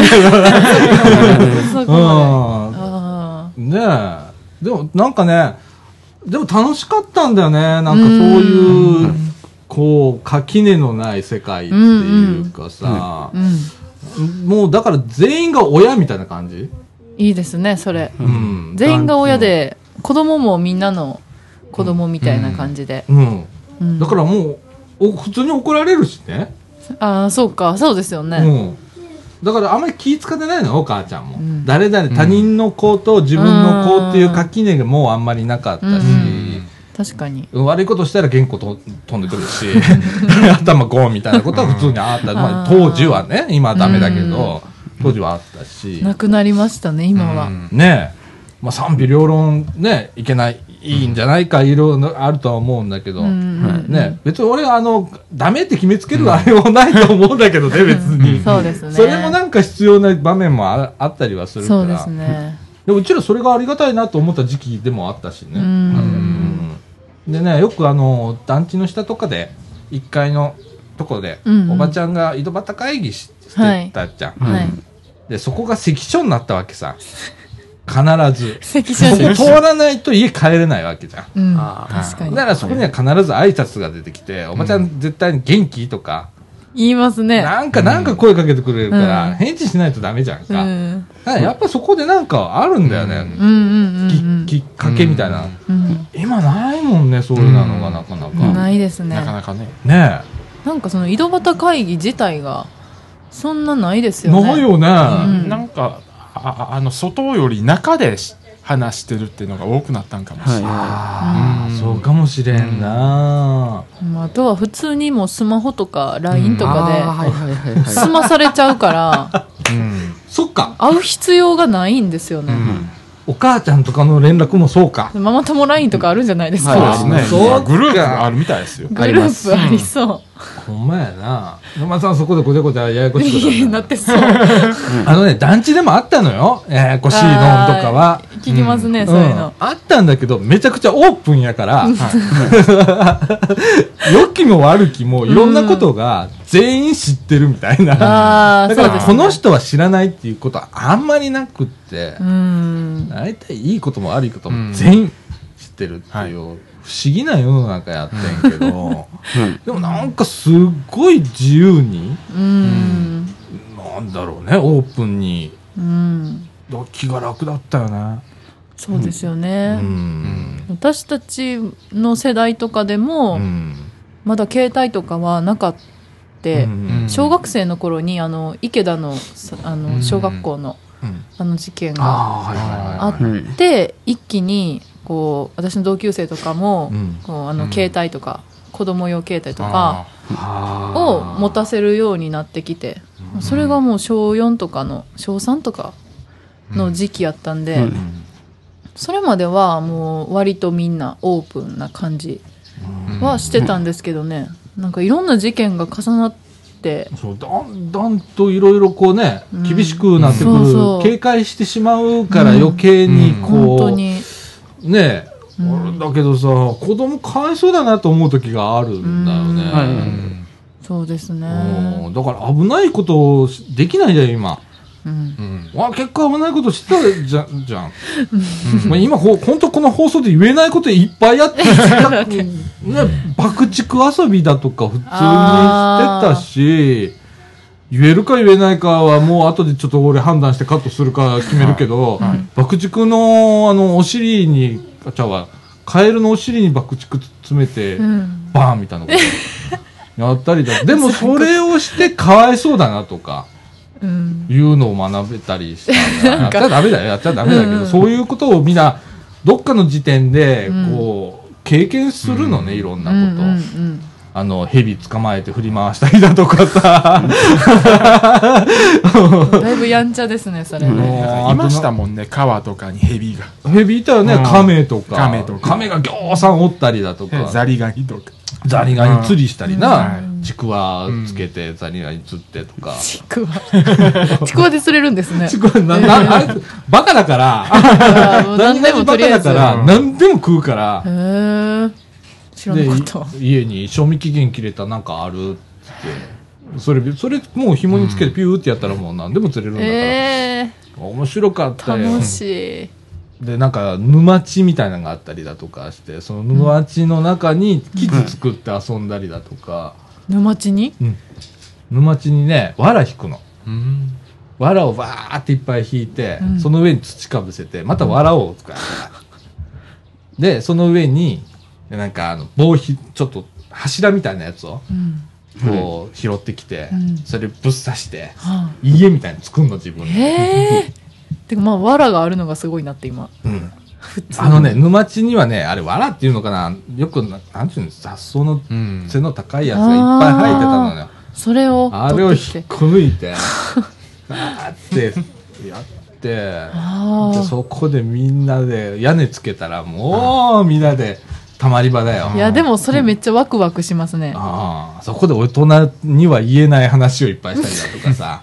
<laughs> ど。そこまで。あうん。ねえ。でもなんかね、でも楽しかったんだよね。なんかそういう、こう、垣根のない世界っていうかさー、うん。もうだから全員が親みたいな感じいいですね、それ。うん全員が親で、子供もみんなの子供みたいな感じで。うん。うんだからもう、お普通に怒られるしね。ああ、そうか、そうですよね。うん。だからあんまり気使ってないのよお母ちゃんも。ん誰々、他人の子と自分の子っていう垣根がもうあんまりなかったし、確かに。うん悪いことしたら原稿と飛んでくるし、 <laughs> 頭ゴーみたいなことは普通にあった。まあ、当時はね、今はダメだけど、当時はあったし。なくなりましたね、今は。ねえ。まあ、賛否両論ね、いけない、いいんじゃないか、いろいろあるとは思うんだけど、んうんうんねえ、別に俺はあの、ダメって決めつけるあれもないと思うんだけどね、別に。そうですね。それもなんか必要な場面もああったりはするから。そうですね。でもうちらそれがありがたいなと思った時期でもあったしね。ううんでね、よくあの、団地の下とかで、1階のとこで、うんうんおばちゃんが井戸端会議ししてたじゃん。はい。で、そこが関所になったわけさ。必ず。関所そこに。通らないと家帰れないわけじゃん。うん。あー確かだにか。らそこには必ず挨拶が出てきて、おばちゃん絶対に元気とか、言いますね。なんか、なんか声かけてくれるから、うん返事しないとダメじゃんうか。ん。だからやっぱそこでなんかあるんだよね。うんうんうんききっかけみたいな。うん今ないもんね、そういうのがなかなか。うん。ないですねなかなかね。ねなんかその井戸端会議自体がそんなないですえ。よねないよね。うんなんか、あああの、外より中でし話してるっていうのが多くなったんかもしれない。はああ、うんそうかもしれんな。まあ、あとは普通にもうスマホとか LINE い。とかはいはいはいで済はまされちゃうからうんそっか。会う必要がないんですよね、お母ちゃんとかの連絡もそうか。ママ友 LINE とかあるんじゃないですか、はいそうですね。そうかまあグループがあるみたいですよ。グループありそほんまやな。野間さんそこでごちゃごちゃややこうしく <laughs> いやななっったてそうあのね、団地でもあったのよ。ややこしいのとかは。聞きますね、そういうの、あったんだけど、めちゃくちゃオープンやから、良きも悪きもいろんなことが全員知ってるみたいな。ああだそかうでらすこの人は知らないっていうことはあんまりなくって、うん大体いいことも悪いことうもん全員知ってるっていう、不思議な世の中やってんけ <laughs> ど、でもなんかすっごい自由に、うんなんだろうね、オープンに。うんだ気が楽だったよね。そうですようね、ん。私たちの世代とかでも、うんまだ携帯とかはなかって、うん小学生の頃にあの池田のさあの小学校のうんあの事件がああ、はいはいあはい。い。あって一気にこう私の同級生とかもうんこうあうのん携帯とか子供用携帯とかをあー持たせるようになってきてうんそれがもう小4とかの小3とかの時期やったんでうんそれまではもう割とみんなオープンな感じはしてたんですけどねなんかいろんな事件が重なってそうだんだんといろいろこうね、うん厳しくなってくる、そうそう警戒してしまうから余計にうんこ本う、当に。ねえ、うんあれだけどさ子供かわいそうだなと思う時があるんだようんね、そうですうんね。だから危ないことをしできないじゃん今うん。うんあ結構危ないこと知ってたじゃん。じゃんまあ今ほ、本当この放送で言えないこといっぱいあ <laughs> って、ね、爆竹遊びだとか普通にしてたし、言えるか言えないかはもう後でちょっと俺判断してカットするか決めるけど、爆竹のあのお尻に、あちゃうわ、カエルのお尻に爆竹詰めて、うん。バーンみたいなことやったりだ。でもそれをしてかわいそうだなとか。うん。いうのを学べたりしたんだなんかやっちゃダメだよやっちゃダメだけど、うんうんそういうことをみんなどっかの時点でうんこう、経験するのね、いろんなこと、うんうんあの蛇捕まえて振り回したりだとかさ、うん。だいぶやんちゃですね、それうんね。なん <laughs> かいましたもんね川とかにヘビが蛇いたよね、うん亀とか亀とか亀がぎょうさんおったりだとか、ザリガニとかザリガニ釣りしたりな、うちくわつけてザリガニ釣ってとか、ち <laughs> くわ。ちくわで釣れるんですね。ちくわななあいつバカだからあー <laughs> もうザリガニ何でもバとりカあえだず。かへらうん何でも食うから、ー。知らでなかった。い家に賞味期限切れたなんかあるっつってそれそれもう紐につけてピューってやったらもう何でも釣れるんだから、え面白かったー、よ楽しい。でなんか沼地みたいなのがあったりだとかしてその沼地の中に木作って遊んだりだとか、沼地に沼地にね藁引くのうん藁をバーっていっぱい引いて、うんその上に土かぶせてまた藁を使って、でその上になんかあの棒ひちょっと柱みたいなやつをうん。こう拾ってきて、うんそれぶっ刺して、はあ家みたいに作んの自分で、へえ。 <laughs> てかまあ、藁があるのがすごいなって今。うんあのね沼地にはねあれ藁っていうのかなよくななんていうの雑草のうん背の高いやつがいっぱい生えてたのよそれをあれを引取っってきて。こ抜い <laughs> てあーってやってあであ。そこでみんなで屋根つけたらもうみんなでたまり場だよういや、でもそれめっちゃワクワクしますね。ああそこで大人には言えない話をいっぱいしたりだとか <laughs> さ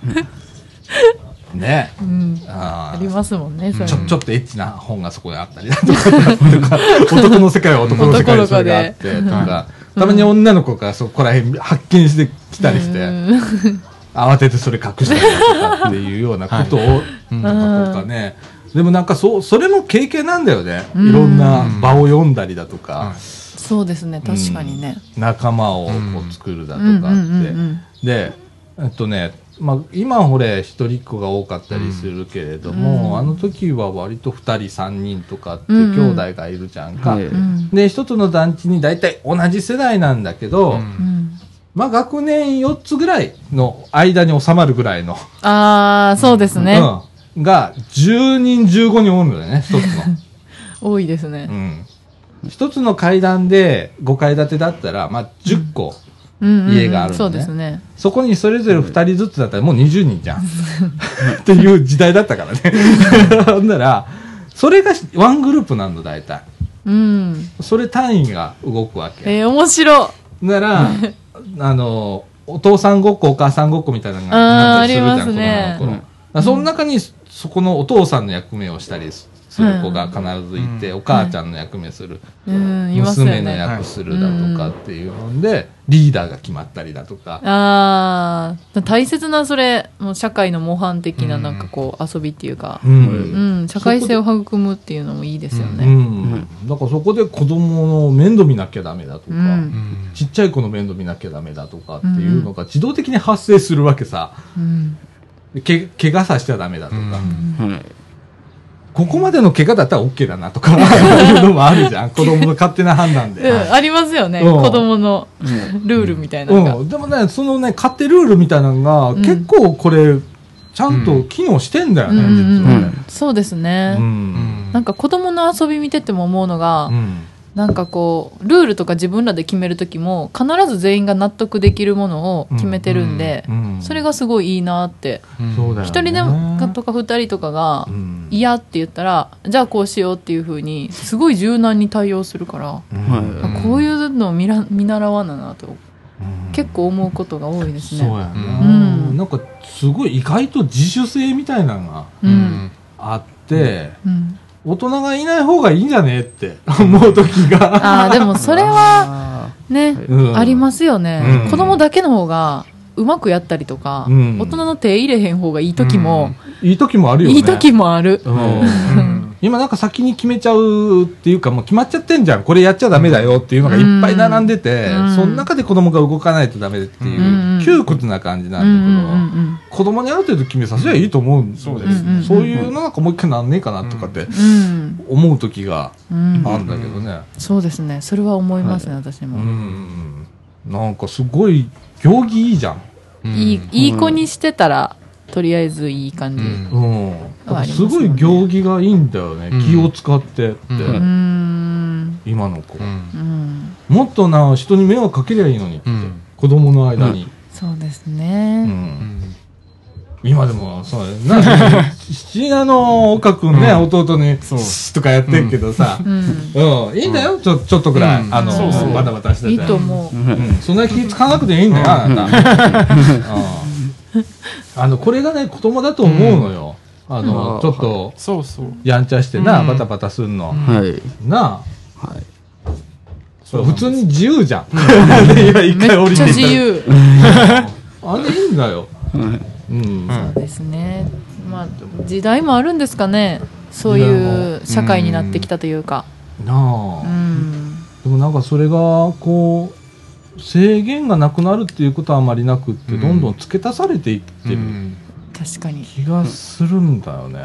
ねうん。ああありますもんね、それちょ。ちょっとエッチな本がそこにあったりだとか、男の世界は男の世界でそれがあってとか、たまに女の子がそこら辺発見してきたりしうて、ん慌ててそれ隠したりだとかっていうようなことを、うんなんかとかね、でもなんかそう、それも経験なんだよね。いろんな場を読んだりだとか、そうですね、確かにね。仲間をこう作るだとかうんうんうんうんうあって、で、えっとね、まあ、今ほれ一人っ子が多かったりするけれども、あの時は割と二人三人とかってうん兄うん弟がいるじゃんか、はいうん。で一つの団地に大体同じ世代なんだけど、うんうん。まあ学年4つぐらいの間に収まるぐらいの、ああ、そうですね。うん、が10人15人おるのよね一つの。多いですねう。ん一つの階段で5階建てだったら、まあ、10個、うんうんうん家があるのねそうですね。そこにそれぞれ2人ずつだったらもう20人じゃん。 <laughs> っていう時代だった <laughs> からね。ほんなら、それがワングループなんの、大体。うん。それ単位が動くわけ。えー、面白な <laughs> ら、あの、お父さんごっこ、お母さんごっこみたいなのがっあーたりするじゃん、ありますね子供の頃。だからその中に、そこのお父さんの役目をしたりする子が必ずいて、うお母ちゃんの役目する。うん、いますよ娘のね。役するだとかっていうので、リーダーが決まったりだとか。ああ、大切なそれ、もう社会の模範的ななんかこう遊びっていうか、うんうん、社会性を育むっていうのもいいですようね。ん、だからそこで子供の面倒見なきゃダメだとか、うんうんちっちゃい子の面倒見なきゃダメだとかっていうのが自動的に発生するわけさうん。け怪我させちゃダメだとか、うんはいここまでの怪我だったら OK だなとかいうのもあるじ <laughs> ゃん子供の勝手な判断うで。ん、ありますよね。うん子供のルールみたいなのが。うん、でもねそのね勝手ルールみたいなのが、ん結構これちゃんと機能してんだよね、うん実はね。そうですね。うんなんか子供の遊び見てても思うのが、うんなんかこう、ルールとか自分らで決めるときも、必ず全員が納得できるものを決めてるんで、うんそれがすごいいいなって。うんそうだよね一人でもとか二人とかがうん嫌って言ったら、じゃあこうしようっていうふうに、すごい柔軟に対応するから、うんはあこういうのを見ら見習わななと、うん結構思うことが多いですね。そうやな、うんなんかすごい意外と自主性みたいなのがう。うんんあって、うん。大人がいない方がいいんじゃねえって <laughs> 思う時が、ああ、でもそれは、ね、うんありますよね、うん子供だけの方がうまくやったりとか、うん大人の手入れへん方がいい時も、いい時もあるよね。いい時もある、うんうん今なんか先に決めちゃうっていうかもう決まっちゃってんじゃんこれやっちゃダメだよっていうのがいっぱい並んでて、うんその中で子供が動かないとダメっていう、うん窮屈な感じなんだうけんど、うんうん子供にある程度決めさせりゃいいと思うんそうですねそういうのなんかもう一回なんねえかなとかってうん思う時がうんあるんだけどね、そうですねそれは思いますね、私うんも、なんかすごい行儀いいじゃん、 <laughs> いいいい子にしてたらとりあえずいい感じ、ううんんありますすよねごい行儀がいいんだよね、うん気を使ってって、うんうーん今の子、うんうんもっとな人に迷惑かけりゃいいのにって、うん子供の間に、そうですうんね、うん今でもそうだよな七あの岡君ね、うん弟に「そうシッとかやってるけどさ、うんうん、いいんだよ、ちょちょっとぐらい、うんあのそうそうバタバタしてていいと思う、うん、そんな気使わなくていいんだよ、あなたうんあのこれがね子供だと思うのよ、あの、うんちょっとそうそうやんちゃしてな、うんバタバタすんの、はい。なあはい。そそうう普通に自由じゃん、今一め回降っりちてゃいた自由 <laughs> あれいいんだよ、うんうんそうですねまあ時代もあるんですかねそういう社会になってきたというかなあ、うんでもなんかそれがこう制限がなくなるっていうことはあまりなくって、うんどんどん付け足されていってうるん確かに、気がするんだよね、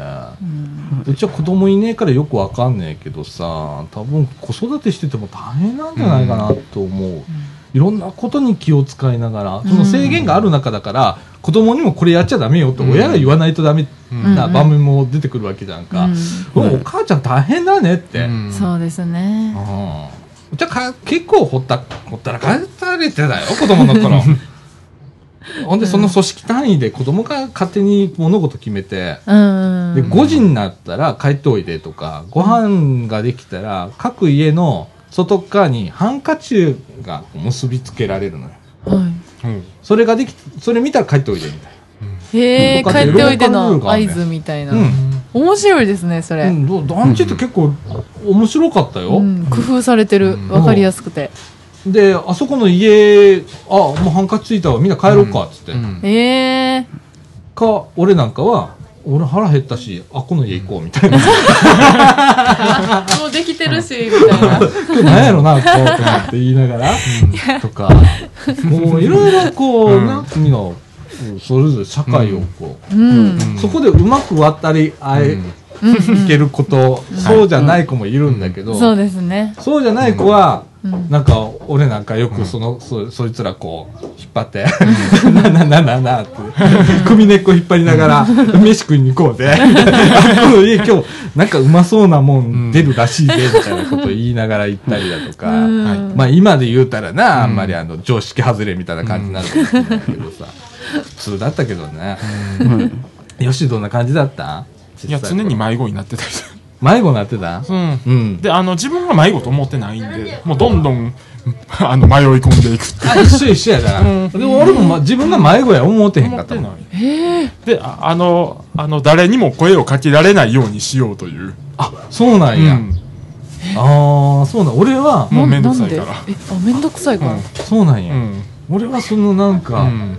うんうちは子供いねえからよくわかんねえけどさ多分子育てしてても大変なんじゃないかなと思う、いろんなことに気を使いながらその制限がある中だから、子供にもこれやっちゃダメよって親が言わないとダメうんな場面も出てくるわけじゃんか、ううんお母ちゃん大変だねって、ん、そうですねうんじゃあか結構ほったほったらかされてたよ子供の頃ほんでその組織単位で子供が勝手に物事決めて、うんで5時になったら帰っておいでとかご飯ができたら各家の外側にハンカチが結びつけられるのよはうんそれができそれ見たら帰っておいでみたいい、へえと帰かねっておいでいろいろ考のえる合からね図みたいな、な、うん面白いですねそれ、うんど団地って結構面白かったよ、うん工夫されてる、うんわかりやすくて、であそこの家あもうハンカチついたわみんな帰ろうかっつって、うんええか俺なんかは俺腹減ったしあこの家行こうみたいなもうできてるしみたいな今日何やろなこうとかって言いながら、とかもういろいろこう、うんなんかみんなそれぞれ社会をこう、うんうんそこでうまく渡り合え、うんいけること、そうじゃない子もいるんだけど、そうですねそうじゃない子は、うんなんか俺なんかよくその、そそいつらこう引っ張って「 <laughs> ななななな」って首根っこ引っ張りながら「飯食いに行こうぜ」あ「この家今日なんかうまそうなもん出るらしいぜ」みたいなこと言いながら行ったりだとか、うんはいまあ今で言うたらなあんまりあの常識外れみたいな感じになるかもしれないけどさ普通だったけどね。 <laughs> よしどんな感じだったいや常に迷子になってたりする迷子になってたうんうんであの自分は迷子と思ってないんでもうどんどん <laughs> あの迷い込んでいくってあ一緒一緒やな、うんでも俺も、ま、自分が迷子や思ってへん思かっったてもんないでああのあの誰にも声をかけられないようにしようという、あそうなんや、うんああそうなん俺は、もうめんどなくなさんいでかえらあめんどくさいから、そうなんうや、ん俺はそのなんうか、ん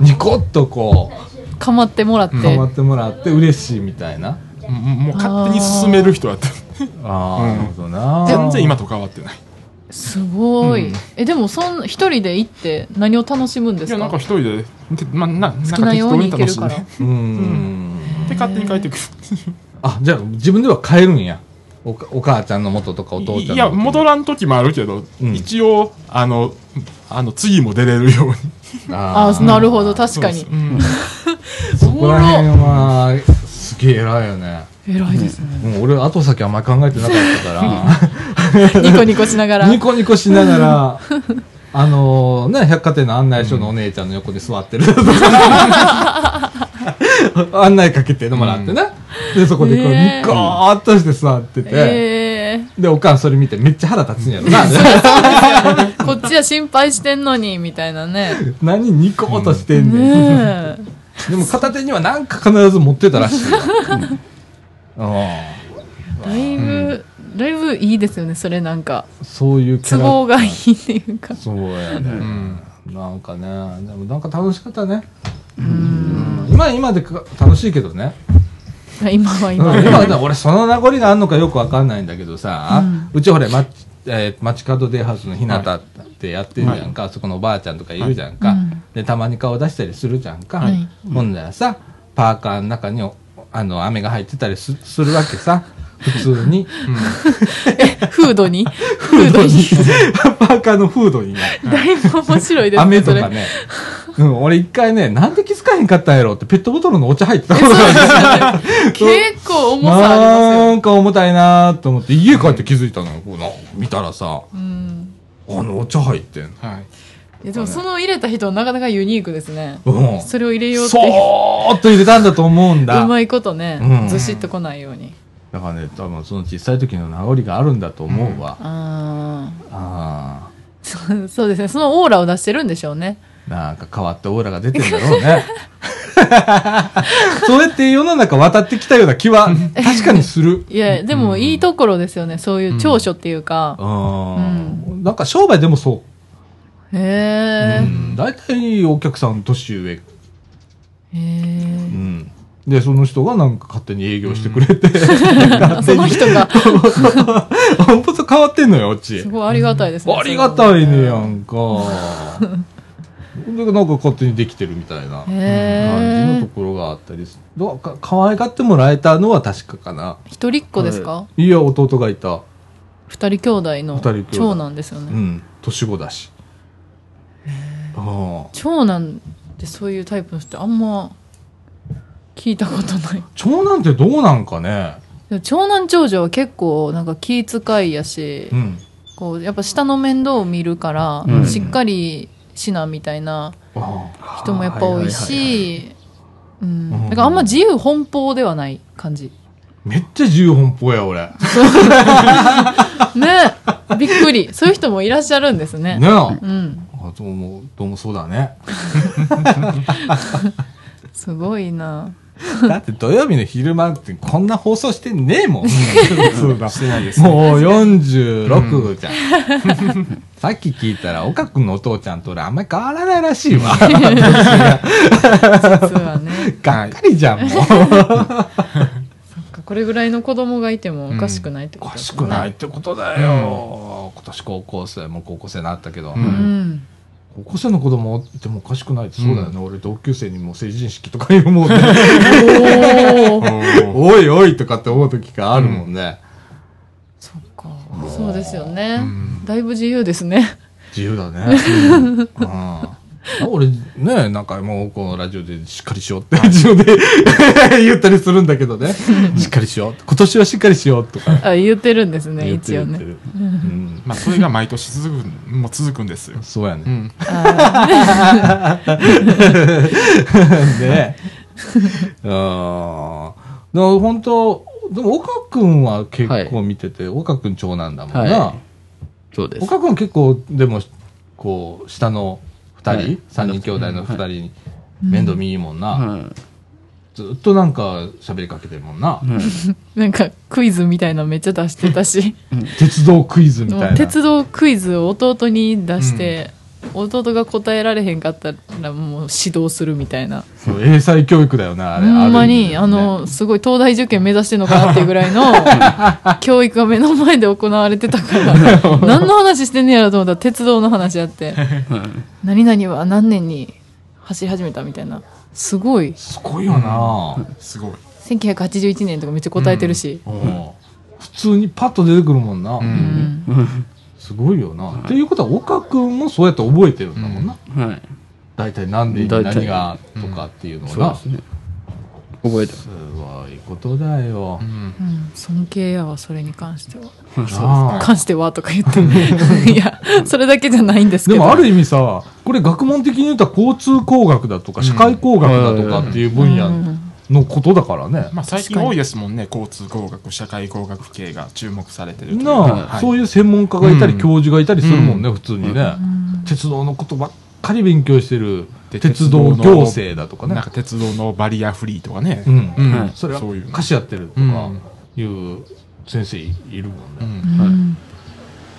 ニコッとこかまってもらって、う構ってもらって嬉しいみたいな、もう勝手に進める人やったああ、うんなるほどな全然今と変わってないすごい、うんえでもそん一人で行って何を楽しむんでいすやかなんか一人でてまあななん好かきな適よう当にに行け楽るしんかでらうーんで勝手に帰ってくあじゃあ自分では帰るんやおかお母ちゃんの元とかお父るちゃんの元いや戻らん時もあるけど、うん一応あのあの次も出れるようにああーなるほど <laughs> 確かにそうそううんそこら辺はすげえ偉いよね偉いで <laughs> すねもう俺後先あんまり考えてなかったからニコニコしながらニコニコしながら、あのね、百貨店の案内所のお姉ちゃんの横に座ってるとか、案内かけてもらってね。で、そこでこう、ねえニコーっとして座ってて、ええで、おかんそれ見てめっちゃ腹立つんやろな。こっちは心配してんのにみたいなね <laughs> 何ニコーっとしてんねん。ねえでも片手にはなんか必ず持ってたらしいよ。うん <laughs> だいぶ、だいぶいいですよねそれなんかそういうキ都ャラ。 <laughs> 合がいいっていうかそうやね。うんなんかね、でもなんか楽しかったね。うん今は今でか楽しいけどね。今は今今は。はね俺その名残があんのかよくわかんないんだけどさ、うちほれ、まえー、街角デイハウスの日向ってやってるじゃんか、あそこのおばあちゃんとかいるじゃんか、はいでたまに顔出したりするじゃんか、はいほんならさパーカーの中におあの雨が入ってたりすするわけさ普通にえ、フードにフードに。パーカーのフードにねだいぶ面白いです雨ね、とそれか。ね、うん、俺一回ねなんで気づかへんかったんやろってペットボトルのお茶入ってたことがある結構重さありますなよ。んか重たいなーと思って家帰って気づいたのよ、こうな見たらさうん。あのお茶入ってんはい。いや、でもその入れた人、なかなかユニークですね。うんそれを入れようってそいう。ーっと入れたんだと思うんだうまいことね、うんずしっと来ないように。だからね多分その小さい時の名残があるんだと思うわ、ああ。あそう <laughs> そうですね。そのオーラを出してるんでしょうね。ーなんか変わったオーラが出てるんだろうねそれって世の中渡ってきたような気は確かにす <laughs> るいや、でもいいところですよね。そういう長所っていうか。うん、なんか商売でもそうへうん大体、お客さん年上え。へえ。うん、でその人がなんか勝手に営業してくれて、あその人 <laughs> が、ほんと変わってんのようちすごいありがたいですね。ありがたいねやんかでなんか勝手にできてるみたいなへ感じのとえ。ころがあったりすどうか可愛がってもらえたのは確かかな一人っ子ですかいや弟がいた二人兄弟の二人兄弟長男ですようね。ん年子だしああ長男ってそういうタイプの人あんま聞いたことない。長男ってどうなんかねでも長男長女は結構なんか気遣いやしう、んこうやっぱ下の面倒を見るから、うんしっかりしなみたいなああ人もやっぱ多いはははし、うんうんだからあんま自由奔放ではない <laughs> 感じ。いめっちゃ自由奔放や俺ねねびっくり。そういう人もいらっしゃるんですね。えあうん。どうもどうもそうだねすごいな。だって土曜日の昼間ってこんな放送してねえもん。そうだしてないですね。もう46じゃん。 <laughs> さっき聞いたら、岡君のお父ちゃんと俺あんまり変わらないらしいわ。実はね。がっかりじゃん、もう。なんかこれぐらいの子供がいてもおかしくないっておことかでしすねくないっ。てことだよ。今年高校生、もう高校生になったけど。うんうん。高校生の子供ってもおかしくないって、そうだよね。俺同級生にもう成人式とか言うもんね。おーおいおいとかって思う時があるもんね。 <laughs> そっか。そうですよねう。だいぶ自由ですね。 <laughs> 自由だね。うん、俺ね、なんかもうこのラジオでしっかりしようって自分で <laughs> 言ったりするんだけどね。しっかりしよう。今年はしっかりしようとかあ、言ってるんですね、言って一応る言ってね。る。うん、まあ、それが毎年続く、もう続くんですよ。そうやうね。ん。あで、うん。だから本当、でも岡君は結構見てて、岡君長男だもんな。はそうです。岡君結構でも、こう、下の二は人い、三、人兄弟の二人にうん面倒見いいもんな。はずっとなんか喋りかけてるもんな。い。はいーなんかクイズみたいなのめっちゃ出してたし。鉄道クイズみもたいうな。鉄道クイズを弟に出して、弟が答えられへんかったらもう指導するみたいなそう英才教育だよな、あほれ。んまに、る意あ味だよね、のすごい東大受験目指してんのかなっていうぐらいの教育が目の前で行われてたから何の話してんねやろと思ったら鉄道の話やって「何々は何年に走り始めた」みたいなすごいすごいよな、すごい。 1981年とかめっちゃ答えてるし、うん普通にパッと出てくるもんな。んうんすごいよな。っていうことは、岡君もそうやって覚えてるんだもんな。はい。大体何で大体何がとかっていうのそうがで。すね。覚えてますすごいことだよう。ん。うん尊敬やわそれに関しては。なあ関してはとか言って。いや、それだけじゃないんですでけど。もある意味さ、これ学問的に言ったら交通工学だとか社会工学だとかっていう分野のことだからね。まあ、最近多いですもんね。交通工学、社会工学系が注目されてるというか。なあ、はいそういう専門家がいたり、うん教授がいたりするもんね、普通にね、鉄道のことばっかり勉強してる鉄道行政だとかねなんか鉄道のバリアフリーとかね。うんはいそれはそういうの歌詞やってるとかうんいう先生いるもんうね、んうん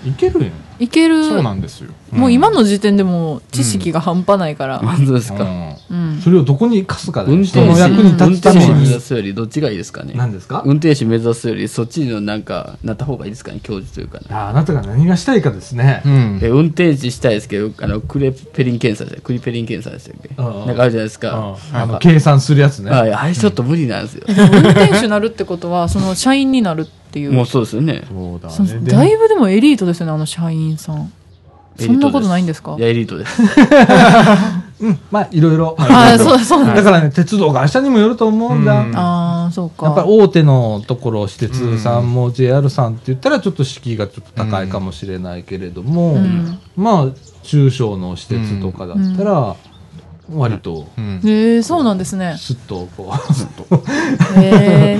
いけるんやいけるそうなんですよ。もう今の時点でもう知識が半端ないから、 <laughs> 本当ですうか。んうんそれをどこに生かすかだよ運人転の手役に立つため運転手目に指。すよりどっちがいいですかね。何ですか運転手目指すよりそっちのなんかなった方がいいですかね教授というかね。ああなたが何がしたいかですねう。んえ。運転手したいですけどあのクレペリン検査でクリペリン検査でしたっけうんうんなんかあるじゃないですうんか。あなんのか計算するやつね。はいあれちょっと無理なんですよ。でも運転手になるってことはその社員になるっていうもうそうですよね。そうだそのね。でだいぶでもエリートですよねあの社員さんそんなことないんですかいやエリートです。うんまあいろいろ。あーそうそうなんだだからね鉄道会社にもよると思うんだ。うんああそうかやっぱり大手のところ、私鉄さんも JR さんって言ったら、ちょっと敷居がちょっと高いかもしれないけれども、んまあ、中小の私鉄とかだったら、割と、うんへえそうなんです <laughs> ねすっとこへえ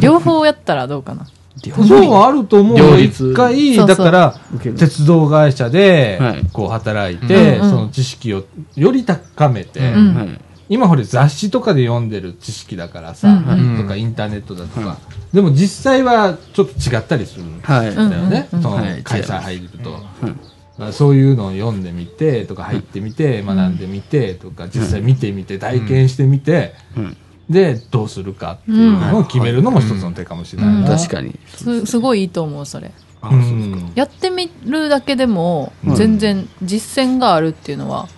両方やったらどうかなう、そうはあると思う両よ。立一回、そうだそうから受け、る鉄道会社ではい、こう働いて、うんうんその知識をより高めて、うんはい今ほれ雑誌とかで読んでる知識だからさ、うんうんとかインターネットだとか、でも実際はちょっと違ったりするんだはい。うんよね、そのはい会社入ると、うんまあそういうのを読んでみてとか入ってみて、学んでみてとか実際見てみて体験してみて、うんでどうするかっていうのを決めるのも一つの手かもしれないな、うん確かに。すすごいいいと思うそれうんやってみるだけでもうん全然実践があるっていうのは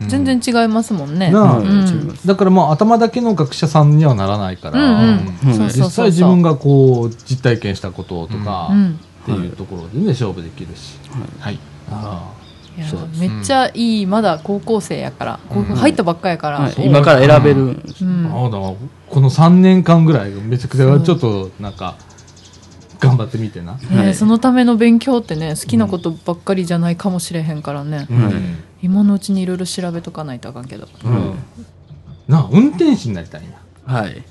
全然違いますもんね、なあはいうん違いますだからまあ頭だけの学者さんにはならないから、うんうん、うんそうそうそうそう実際自分がこう実体験したこととかう、んっていうところでね、勝負できるし、はい。あいやそうですめっちゃいいまだ高校生やから、高校入ったばっかやから、はい今から選べる。うんあ、ああだからこの3年間ぐらいめちゃくちゃちょっとなんか頑張ってみてな、はいねそのための勉強ってね好きなことばっかりじゃないかもしれへんからね、うん今のうちにいろいろ調べとかないとあかんけどうんなあ運転士になりたいんやはい。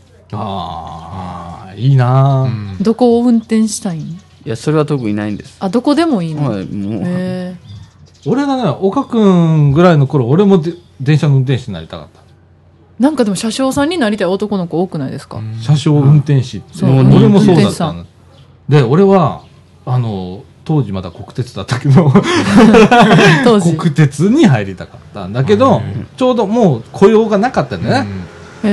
ああいいなあ、うんどこを運転したいんいや、それは特にないんです。あどこでもいいの、はい、もう。へ俺がね岡君ぐらいの頃俺もで電車の運転士になりたかったえなんかでも車掌さんになりたい男の子多くないですか、車掌運転士って、そう俺もそう運だっ転士さたんので俺はあの当時まだ国鉄だったけど <laughs> 当時国鉄に入りたかったんだけど、ちょうどもう雇用がなかったんだよね、へ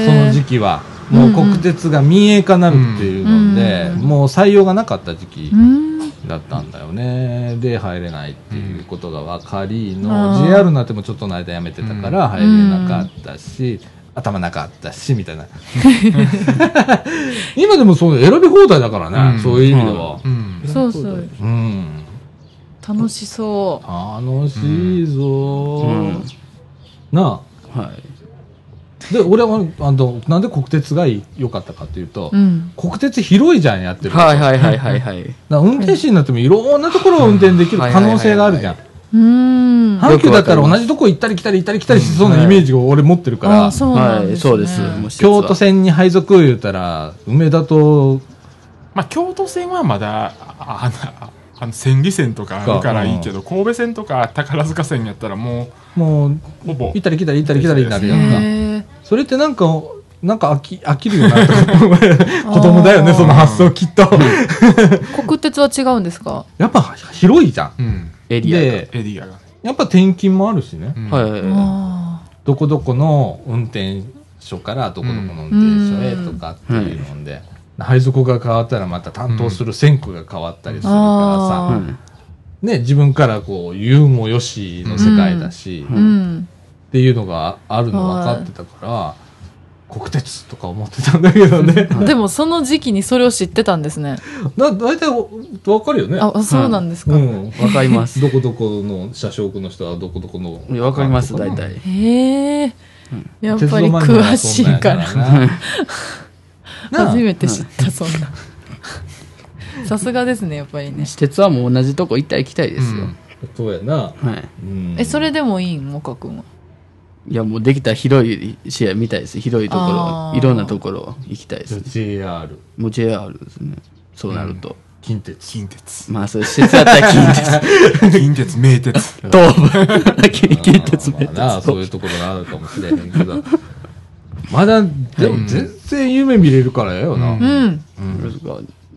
えその時期は。もう国鉄が民営化になるっていうので、うんもう採用がなかった時期うんだったんだよね。で、入れないっていうことが分かりうの、ん JR になってもちょっとの間辞めてたから入れなかったし、頭なかったし、みたいな。 <laughs> 今でもそう選び放題だからね、うんそういう意味では。うんそうそううん。楽しそう楽しいぞ、うんなあ。はい。で、俺は、あの、なんで国鉄がいい良かったかっていうと、うん国鉄広いじゃん、やってる。はいはいはいはいはい。だから運転士になってもいろんなところを運転できる可能性があるじゃん。うーんはい阪急だったら同じとこ行ったり来たり行ったり来たりしそうなイメージを俺持ってるかあら、そうなんはでい、す、ねそうです。もう施設は京都線に配属を言うたら、梅田と、まあ、京都線はまだ、ああの、あの千里線とかあるからいいけど、神戸線とか宝塚線やったらももう、う、ほぼ行っ。たり来たり行ったり来たりになるやへんか。えそれってなんか、なんか飽き飽きるよなとか思う <laughs> 子供だよね、その発想きっと。国鉄は違うんですかやっぱ広いじゃん。うん。エリアが。で、エリアが。やっぱ転勤もあるしね。うんはいはいはあどこどこの運転所からどこどこの運転所へとかっていうので、配属が変わったらまた担当する線区が変わったりするからさ、い。うんはいね、自分からこう言うもよしの世界だし、あっうんていうのがあるの分かってたから、国鉄とか思ってたんだけどね。でもその時期にそれを知ってたんですね。だ大体分かるよね。あ、あそうなんですか。うん。わかります。どこどこの車掌区の人はどこどこの。いやわかります、大体。へえ。やっ鉄ぱ道りマニアは詳しそんないんやから。な。なあ <laughs> <laughs> 初めて知った、そんな。 <laughs> さすがですね、やっぱりね。施設はもう同じとこ行ったり来たりですよ。そうやな。はい。うんえ、それでもいいんモカ君は。いや、もうできたら広い視野みたいです。広いところ、あーいろんなところ行きたいですね。 JR もう JR ですね。そうなると。近鉄近鉄。まあ、そういう施設だったら近鉄、近鉄、名鉄。東部、近鉄まあ名まあなあ鉄そういうところがあるかもしれへんけどまだでも全然夢見れるからええよな、うん。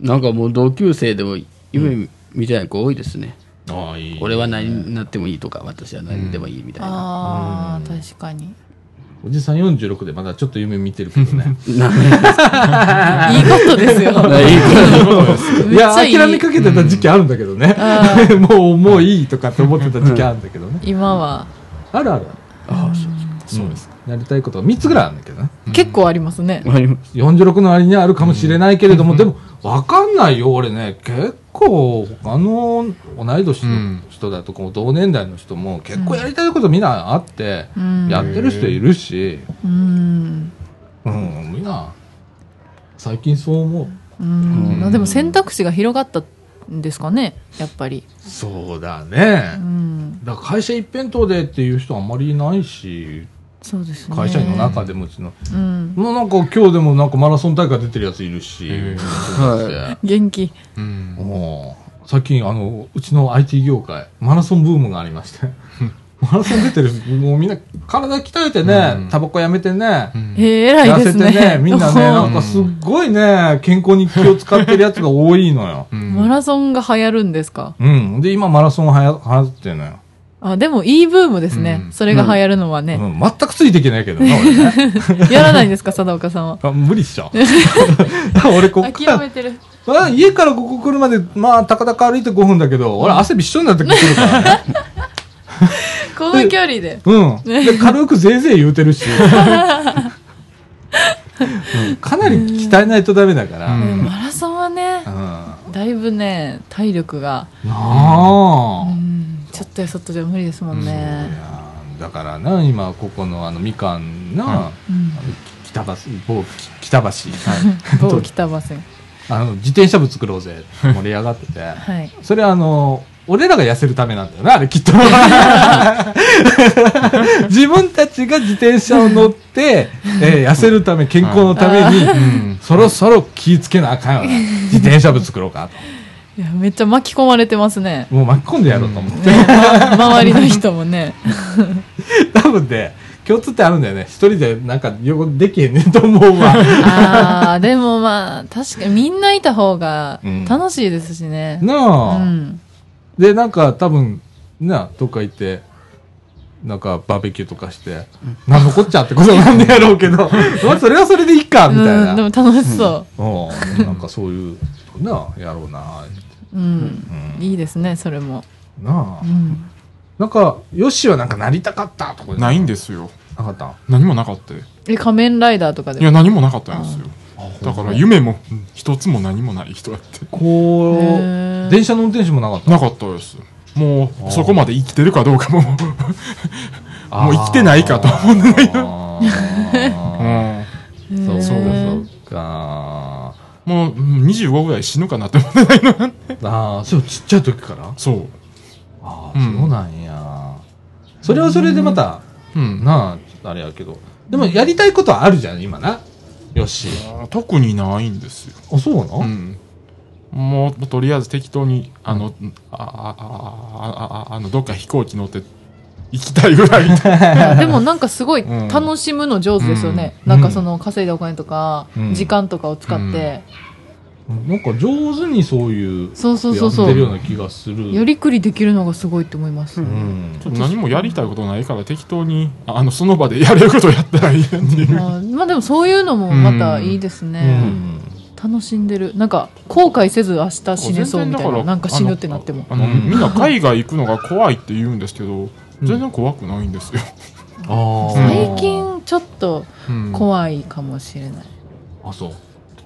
なんかもう同級生でも夢見てない子多いですね。ああ、いい。俺は何になってもいいとか私は何でもいいみたいな、ああ、確か <laughs> に。いいおじさん46でまだちょっと夢見てるけどね。ことで <laughs> すよ。い <laughs> めっちや、ゃいい諦めかけてた時期あるんだけどね。 <laughs> もう、もういいとかって思ってた時期あるんだけどね。今は、あるある。ああそうですそうです。やりたいことは3つぐらいあるんだけどね。結構ありますね。 <laughs> わかります46の割にはあるかもしれないけれども、でも、わかんないよ、俺ね。結構、他の同い年うのん人だとか、同年代の人も、結構やりたいことみんなあって、うんやってる人いるし、うん。うん、みんな、最近そう思う。うん。でも選択肢が広がったんですかね、やっぱり。そうだねう。ん。だから会社一辺倒でっていう人あんまりいないし、そうですね。会社員の中でもうちの、うん。もうなんか今日でもなんかマラソン大会出てるやついるし、へは元気。うんもう最近あのうちの IT 業界マラソンブームがありましてマラソン出てるもうみんな体鍛えてね、うんタバコやめてね、えー、偉痩いでせすてね。ねみん <laughs> なねなおんーかすっごいね健康に気を使ってるやつが多いのよマラソンが流行るんですかうんで今マラソンはやはやってるのよ、あ、でもいいブームですね。うんそれが流行るのはうね。ん、全くついていけないけどな俺 <laughs> ねやらないんですか、 <laughs> 貞岡さんは。あ無理っし <laughs> ょ俺こっか諦らめてる。まあ、家からここ来るまで、まあ、たかたか歩いて5分だけど、俺、汗びっしょになってくるからね。この距離で。うん。で、軽くぜいぜい言うてるし。うんかなり鍛えないとダメだから。う。うんんうんマラソンはね、なだいぶね、体力が、うあ。ん、ちょっとやそっとじゃ無理ですもんね。いやだからな、今、ここの、あの、みかんな、うん北橋、某北橋、 <laughs> 某北場線。あの、自転車部作ろうぜ、盛り上がってて。はい。それあの、俺らが痩せるためなんだよな、あれきっと。 <laughs> 自分たちが自転車を乗って、えー痩せるため、健康のために、んそろそろ気ぃつけなあかんよな。自転車部作ろうかいや、めっちゃ巻き込まれてますね。 <laughs> と。もう巻き込んでやろうと思って。周りの人もね。多分ね、共通ってあるんだよね。一人でなんか横できへんねんと思うわ。ああ、でもまあ、確かにみんないた方が楽しいですしね。なうあ、ん。で、なんか多分、なあ、どっか行って、なんかバーベキューとかして、なんのこっちゃってことなんでやろう <laughs> けど、まあそれはそれでいいか、みたいな。うん、でも楽しそうん、なんかそういうなやろうなう。うん。いいですね、それも。なあ、うん。なんかヨッシーはなんかなりたかったとかないんでですよなかった何もなかったよえ、仮面ライダーとかいでやも。何もなかったんですよだから夢もうん一つも何もない人だってこへうー電車の運転手もなかったなかったですもうそこまで生きてるかどうかももう生きてないかと思うんだけどあ <laughs> ーへそうーかそうかもううん25ぐらい死ぬかなって思ってないのなんてああそうちっちゃい時からそああうんそうなんやそれはそれでまたううんなああれやけどでもやりたいことはあるじゃん今なヨッシー特にないんですよあそうなの、うんもうとりあえず適当にあのああああああのどっか飛行機乗って行きたいぐら <laughs> いいやでもなんかすごい楽しむの上手ですよね、うんなんかその稼いだお金とか、うん時間とかを使って、なんか上手にそういうそうそうそうやそってるよううな気がするやりくりできるのがすごいって思います、うんちょっと何もやりたいことないから適当にああのその場でやれることやったらいいなっていう <laughs> あーまあでもそういうのもまたいいですうね、ん楽しんでるなんか後悔せず明日死ねそうみたい全然だならなんか死ぬってなってもあのあのうんみんな海外行くのが怖いって言うんですけど全然怖くないんですよ、あー最近ちょっと怖いかもしれない、あそう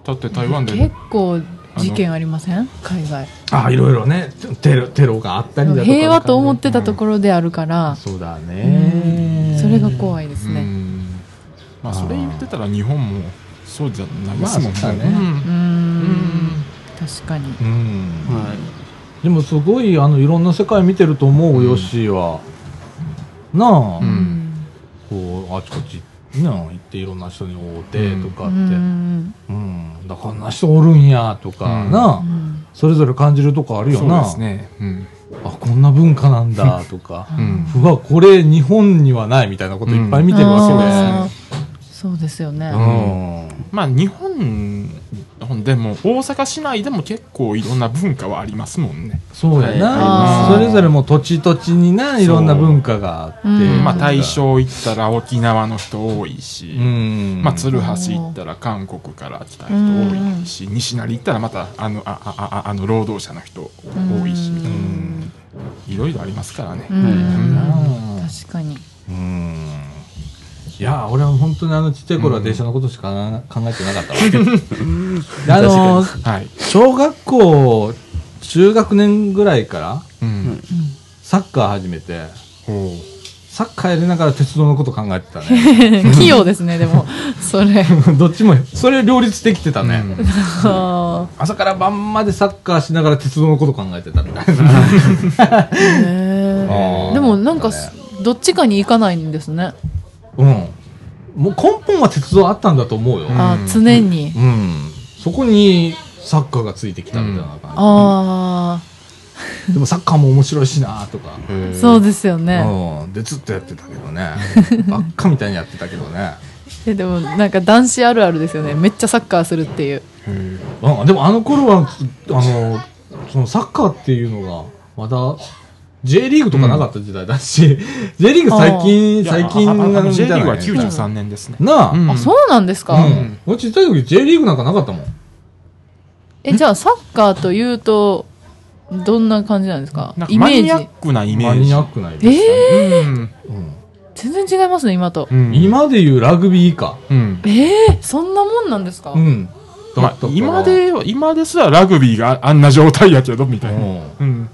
だって台湾で結構事件ありません海外あいろいろねテロテロがあったりだとか平和と思ってたところであるから、そうだねそれが怖いですうねんまあそれ言ってたら日本もそうじゃないでまあすもんそうだねうんうーん確かにうんはいでもすごいあのいろんな世界見てると思うよヨッシーはなあ、うんこうあちこちなあ行っていろんな人に会うてとかって、ううんんだからこんな人おるんやとか、うんなあ、うんそれぞれ感じるとこあるよそうなですねうんあこんな文化なん <laughs> だとかうんうわこれ日本にはないみたいなこといっぱい見てるわけで、あーそうですよね、うんまあ日本ほんでもう大阪市内でも結構いろんな文化はありますもんね、そうやな、はいそれぞれもう土地土地にないろんな文化があって、そううんまあ大正行ったら沖縄の人多いし、うんまあ、鶴橋行ったら韓国から来た人多いし、西成行ったらまたあのああああの労働者の人多いし、うんいろいろありますからね、うんうん確かにうんいや俺は本当にあのちっちゃい頃は電車のことしかな考えてなかったわ <laughs> であのはい、小学校中学年ぐらいからうんサッカー始めてほサッカーやりながら鉄道のこと考えてたね <laughs> 器用ですねでもそれどっちもそれ両立できてたうね、うんあ朝から晩までサッカーしながら鉄道のこと考えてたみたいなーへあーーでもなんかそうだねどっちかに行かないんですねうんもう根本は鉄道あったんだと思うよあうーん常にうんそこにサッカーがついてきたみたいな感あじ、でもサッカーも面白いしなとか、へ <laughs> ーあそうですよねうんでずっとやってたけどねばっかみたいにやってたけどね、えでもなんか男子あるあるですよねめっちゃサッカーするっていうへーうん、でもあの頃はあのそのサッカーっていうのがまだ J リーグとかなかった時代だし、J リーグ最近いや最近あああなんのじ J ゃリないーグは93年ですね、なあ、うんあそうなんですかうん、俺ちっちゃい時 J リーグなんかなかったもんえじゃあサッカーというとどんな感じなんですかなんかイマメニアッージクなイメマージニアックなイメージえー、うんうん全然違いますね今とうん今でいうラグビーかうんええー、そんなもんなんですか、うんだまったかあ、ら今では今ですらラグビーがあんな状態やけどみたいな、うんうん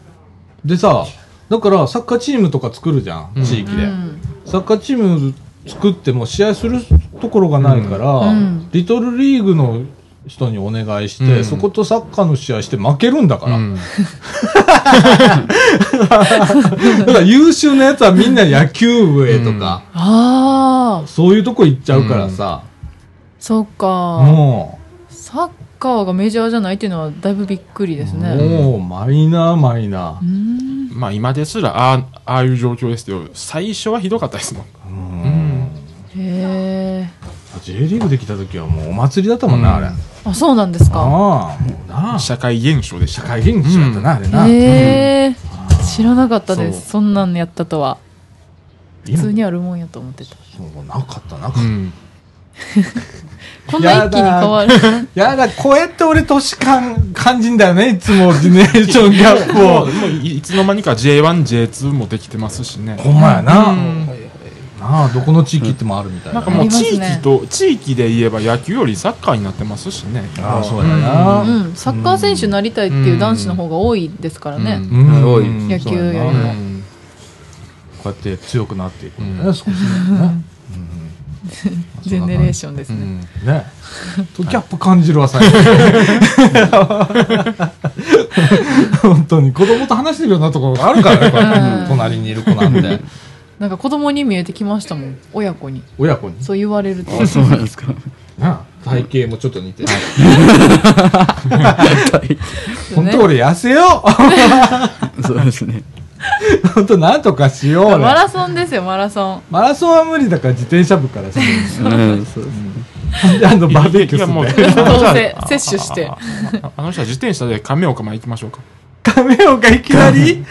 でさだからサッカーチームとか作るじゃん、うん地域で、うんサッカーチーム作っても試合するところがないから、うんリトルリーグの人にお願いして、うんそことサッカーの試合して負けるんだから、うんだから優秀なやつはみんな野球部へとか、ああそういうとこ行っちゃうからさ、そっか、もサッカーがメジャーじゃないっていうのはだいぶびっくりですう、ねもうマイナーマイナうーんまあ今ですらああああいう状況ですけど最初はひどかったですもー、んうんへえ J リーグできた時はもうお祭りだったもんな、うんあれあそうなんですかああもうなあ社社会現象でした会現象だったな、あれな、へえ知らなかったですそそんなんやったとは普通にあるもんやと思ってたもうなかったなかった、うんこんな一気に変わる <laughs> やだ、こうやって俺年感、感じんだよね、いつも、ジェネレーションギャップもをう。もういいつの間にか J1J2 もできてますしねほんまやな。うんなあ、どこの地域行ってもあるみたいな。なんかもうあります地ね域と、地域で言えば野球よりサッカーになってますしねああ、そうやうな。んサッカー選手になりたいっていう男子の方が多いですからね、うんうん多い野球よりそうもやうなんこうやって強くなっていくんだうね、ん少しずつね。ジェネレーションですうね、んね。とギャップ感じるわ、最近。 <laughs> 本当に子供と話してるようなところがあるからねこうやっうんて、隣にいる子なんで。なんか子供に見えてきましたもん親子に親子に。そう言われるとそうなんですか。 <laughs> なあ体型もちょっと似てる。はい本当俺痩せよう <laughs> そうですね。本当なんとかしようねマラソンですよマラソンマラソンは無理だから自転車部からさうん、そうですね。であのバーベキュいやもうーあするどう <laughs> せ摂取して <laughs> ああの人は自転車で亀岡まで行きましょうか亀岡いきなり、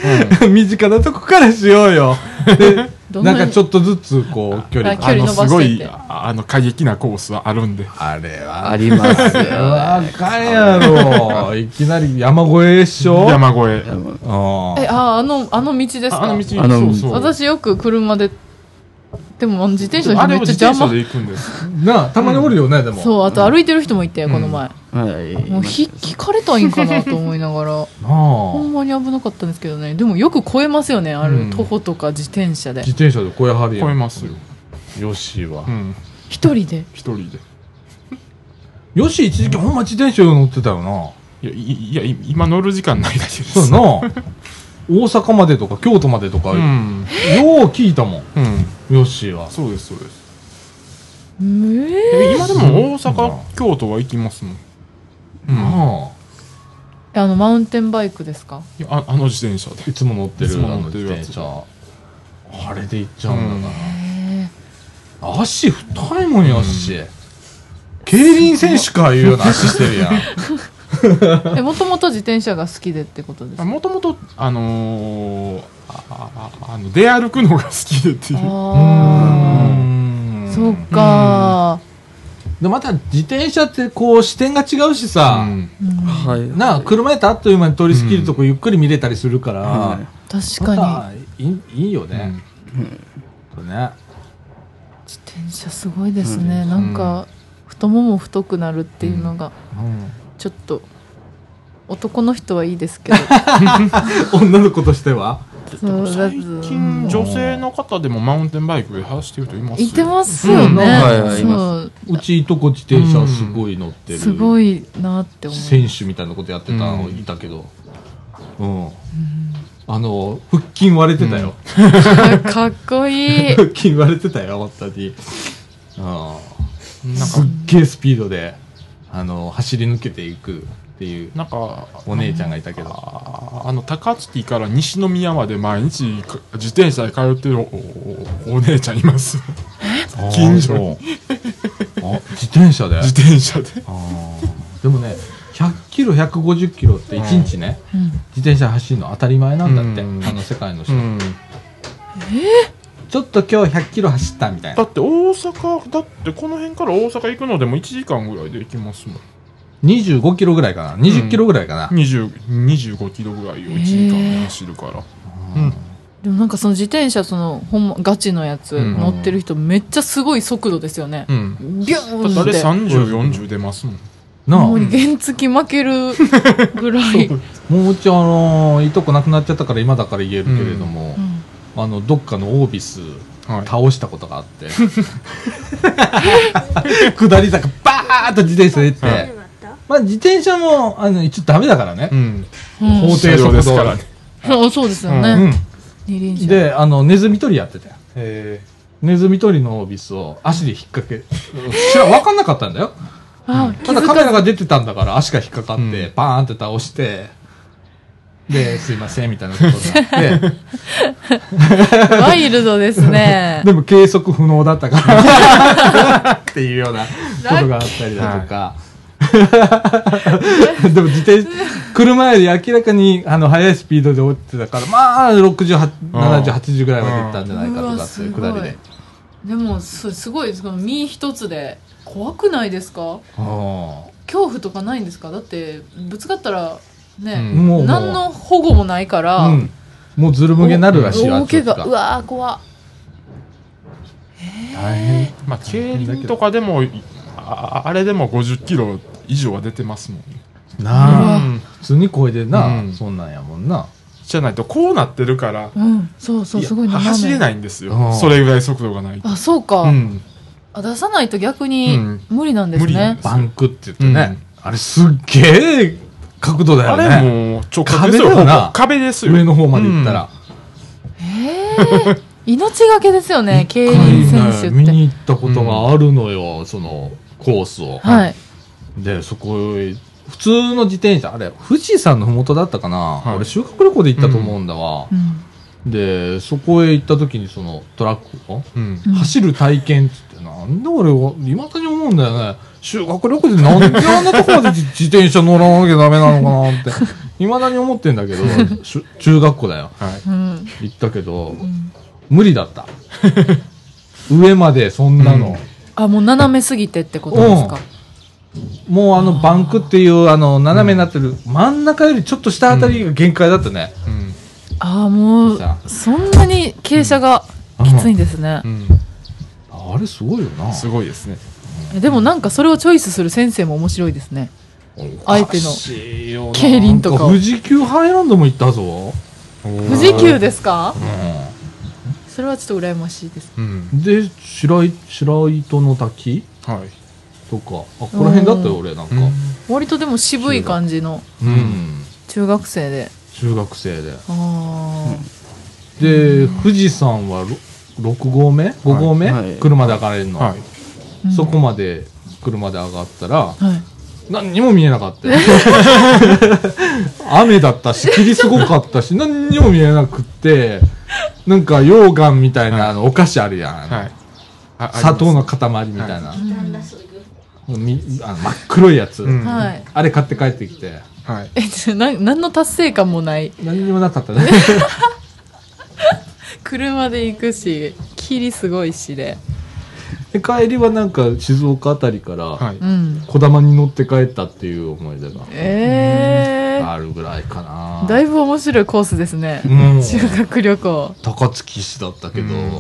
身近なとこからしようよでどんななんにかちょっとずつこう距離あが距あ離の伸ばしてすってごいああの過激なコースはあるんであれはありますうよ。わあかんやろ <laughs> いきなり山越えっしょ山越えあえあああのあの道ですあかあの道あのそうそう私よく車ででもあの自転車あめれっをちゃ自邪転車魔で行くんですなあたまにおるよね、でもそうあと歩いてる人もいたよこの前、はい。もうひ引かれたん <laughs> かなと思いながらなほんあまに危なかったんですけどねでもよく越えますよねあうるん徒歩とか自転車で自転車で小屋張り超えますよ、すよしは、うん、一人で一人でよし一時期ほんま自転車乗ってたよないやいいやい今乗る時間ないだけでそうすやな大阪までとか京都までとか、うよん、う聞いたもんうん、ヨッシーは。そうですそうですえーえ今でも大そうな阪京都は行きますもん、うん、あああのマウンテンバイクですかああの自転車であ、いつも乗っていつるもあの乗って自るや転つ車。あれで行っちゃうんだから。足太いもんよ、足。結競輪選手かいうような足してるやん。 <laughs> えもともと自転車が好きでってことですかもともとあのーあああの出歩くのが好きでっていうあ <laughs> うんあそっかでまた自転車ってこう視点が違うしさ、うんはいなあ車やったらあっという間に通り過ぎるとこゆっくり見れたりするから、はい確まかたいいいいようねん,、ねに自転車すごいですね、なんか太もも太くなるっていうのがちょっと男の人はいいですけど <laughs> 女の子としてはそうだっ最て近女性の方でもマウンテンバイクで走ってる人いますいてすますよね、うんはいはいいそうまうちいとこ自転車すごい乗ってる、すごいなって思う選手みたいなことやってたのうんいたけど、うんあの腹筋割れてたよ、 <laughs> かっこいい腹筋割れてたよ本当に、うん、すっげえスピードであの走り抜けていくっていうなんかお姉ちゃんがいたけどああの高槻から西宮まで毎日か自転車で通ってるおおお姉ちゃんいます近所にあ自転車で自転車であーでもね100キロ150キロって1日ね、自転車走るの当たり前なんだって、うんあの世界の人、うんちょっと今日100キロ走ったみたいだなって大阪だってこの辺から大阪行くのでも1時間ぐらいで行きますもん25キロぐらいかな20キロぐらいかな、 20 25キロぐらいを1時間で走るから、うんでもなんかその自転車そのほんまガチのやつうん乗ってる人めっちゃすごい速度ですよね、うんビューンってだって3040出ますもんなあもう原付負けるぐらい、もううちあのーいとこなくなっちゃったから今だから言えるけれども、あのどっかのオービスはい倒したことがあって、 <laughs> 下り坂バーッと自転車で行って、まあ自転車もあの一応ダメだからねう、んうん法定車両速です度からねそうそうですよね、う二輪車であのネズミ捕りやってたよへネズミ捕りのオービスを足で引っ掛け知ら分かんなかったんだよあただカメラが出てたんだから足が引っかかって、バーンって倒してで「すいません」みたいなことに <laughs> なってワイルドですね <laughs> でも計測不能だったから <laughs> っていうようなことがあったりだとか <laughs> でも自転車より明らかにあの速いスピードで落ちてたからまあ607080ぐらいは出てたんじゃないかとかっていううくわだすりごいで。でもすすごいですこの身一つで怖くないですかあ恐怖とかないんですかだってぶつかったらあね、もう何の保護もないから、うん、もうずるむげなるらしいわ大怪ちょ我っうとわー怖っ大変まあ競輪とかでもああれでも50キロ以上は出てますもんねなあ、ううん普通に声でな、うんそんなんやもんなじゃないとこうなってるからうんそうそういやすごい斜め走れないんですうよんそれぐらい速度がないと、あそうか、うん、あ出さないと逆にうん無理なんです無理なんねで、すバンクって言ってね、あれすっげえ角度だよねあれもう直角ですよ壁だよなほぼ壁ですよ上の方まで行ったら、えー命がけですよね競輪選手一回ねっ見て、に行ったことがあるのよ、そのコースを、はいでそこへ普通の自転車あれ富士山の麓だったかな、い俺修学旅行で行ったと思うんだわう、んでそこへ行った時にそのトラックをうんうん走る体験っつってなんで俺はいまだに思うんだよね修学旅行でなんであんなとこまで自自転車乗らなきゃダメなのか <laughs> なっていまだに思ってんだけどしゅ中学校だよはいうん行ったけど無理だった <laughs> 上までそんなの、あもう斜めすぎてってことですかもうあのバンクっていうあの斜めになってる、真ん中よりちょっと下あたりが限界だったね、うんあもうさそんなに傾斜がきついんですねう、んあれすごいよなすごいですねえでもなんかそれをチョイスする先生も面白いですね相手のの競輪とかを富士急ハイランドも行ったぞ、富富士急ですかうんそれはちょっと羨ましいですうんで白い白糸の滝はいとかあここら辺だったよ俺なんかうん割とでも渋い感じのうん、中学生で中学生であで富士山はろ6合目5合目、はい車で上がれるの、はいあそこまで車で上がったらはい何にも見えなかったよ雨だったし霧すごかったし何にも見えなくってなんか溶岩みたいなあのお菓子あるやん、はいああります砂糖の塊みたいな、旦那すぐ。もうみあの真っ黒いやつ、うんはい。あれ買って帰ってきてはい。え、ちょ、なん、 <laughs> 何の達成感もない。何にもなかったね車で行くし、霧すごいしで。 <laughs> で帰りはなんか静岡あたりからはい。うん。小玉に乗って帰ったっていう思い出がええあるぐらいかなー。だいぶ面白いコースですね。うん修学旅行。高槻市だったけど、うん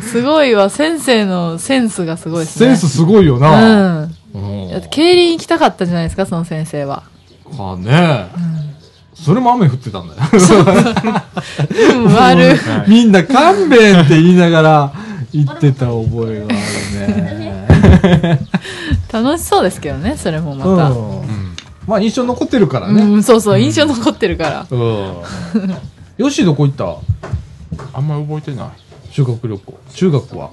すごいわ。先生のセンスがすごいですセね。ンスすごいような、ん。うんだって競輪行きたかったじゃないですか、その先生は。かね、それも雨降ってたんだようん、悪い。はいみんな勘弁って言いながら行ってた覚えがあるね楽しそうですけどね、それもまうんた。うんまあ印象残ってるからうねん、そうそう、印象残ってるから。うんヨッシーどこ行ったあんま覚えてな。修学旅行中学は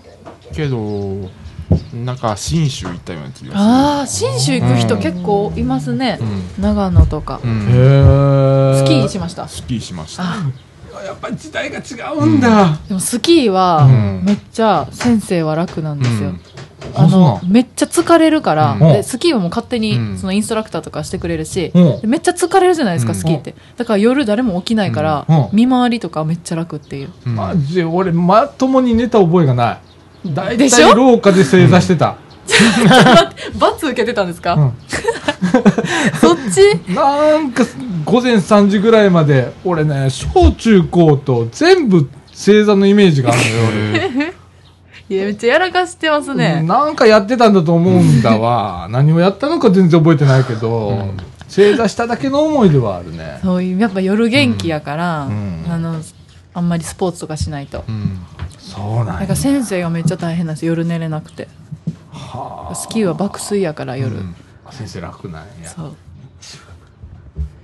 いけど、なんか、信州行ったような気がああ、信州行く人結構いますねする。。長野とかう。ん。うん。へスキーししました。スキーしました。あやっぱり時代が違うんだ、でもスキーはうんめっちゃ先生は楽なんですよ、うんああそうのなめっちゃ疲れるから、うんでスキーはもう勝手うんにそのインストラクターとかしてくれるし、うんでめっちゃ疲れるじゃないですか、うんスキーってだから夜誰も起きないから、うんうん見回りとかめっちゃ楽っていう <laughs> うんマジで俺まともに寝た覚えがない大で体しょ廊下で正座してた、罰受けてたんですか、うん <laughs> そっちなんか午前3時ぐらいまで俺ね小中高と全部正座のイメージがあるのよへーいやめっちゃやらかしてますね、なんかやってたんだと思うんだ <laughs> わ何をやったのか全然覚えてないけど、うん正座しただけの思い出はあるねそういうやっぱ夜元気やから、んあのあんまりスポーツとかしないと、うん。そうなんなんやか先生がめっちゃ大変なんです夜寝れなくてはスキーは爆睡やから夜、うんあ先生楽なんやそう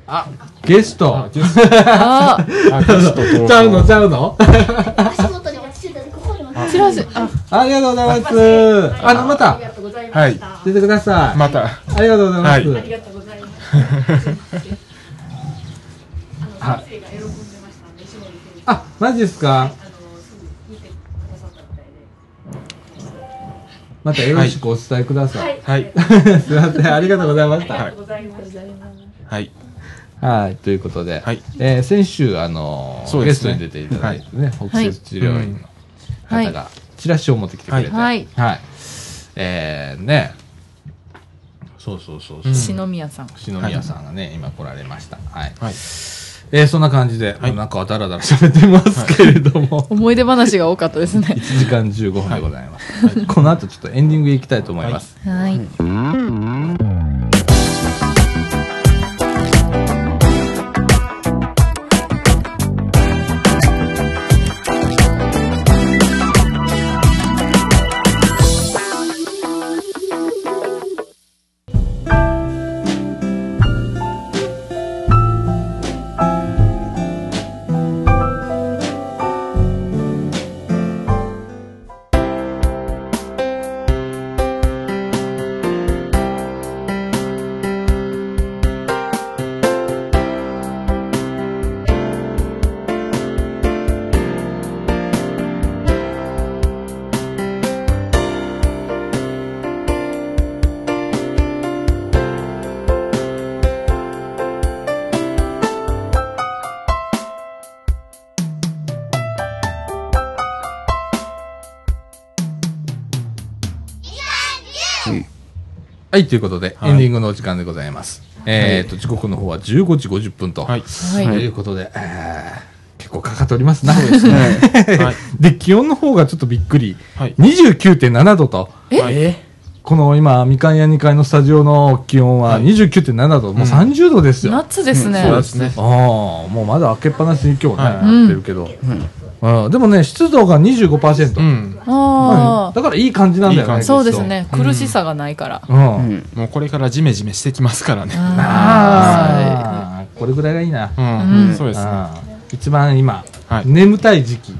あゲスあト、ゲスト、あああゲスト <laughs> 登場ちゃうのちゃうの足元に落ちてたんでここにもチラシ、あ、ありがとうございます、あのまありがたとうございました。出てください、また。ありがとうございます、はありがとうございます。あの先生が喜んでましたんで、下に行ってあマジですかあのすぐ見てくださったみたいで。またよろしくお伝えください、はい。 <laughs> すいませんありがとうございましたありはがとうございます。はい。い、ということで、はいえー先週あのーそうゲでスすトねに出ていただいてね、北摂治療院のはい方がチラシを持ってきてくれて、はいはいえー、ねそうそうそうそう、うん篠宮さん。篠宮さんがね、今来られましたはい、はい。えー、そんな感じで、はいなんかダラダラ喋ってますけれども、思い出話が多かったですね。 1時間15分でございます、この後ちょっとエンディングいきたいと思います、はい。はい、ということで、はいエンディングのお時間でございます。えっ、と、時刻の方は15時50分と、はい。とはいい。うことで、えー結構かかっておりますな。は <laughs> い。で、気温の方がちょっとびっくり、はい29.7度と、はいえこの今、みかん屋2階のスタジオの気温は29.7度、もう30度ですよ。夏ですね。そうですね。ああ、もうまだ開けっぱなしに今日ね、はいなってるけど、うんでもね、湿度が25%、ううんん。あだからいい感じなんだよいね。い感あ。じそうですね。苦しさがないから。きっと。うん。うんもうこれからジメジメしてきますからね。あああ、これぐらいがいいな。うん。うんそうですね。ああ一番今、はい眠たい時期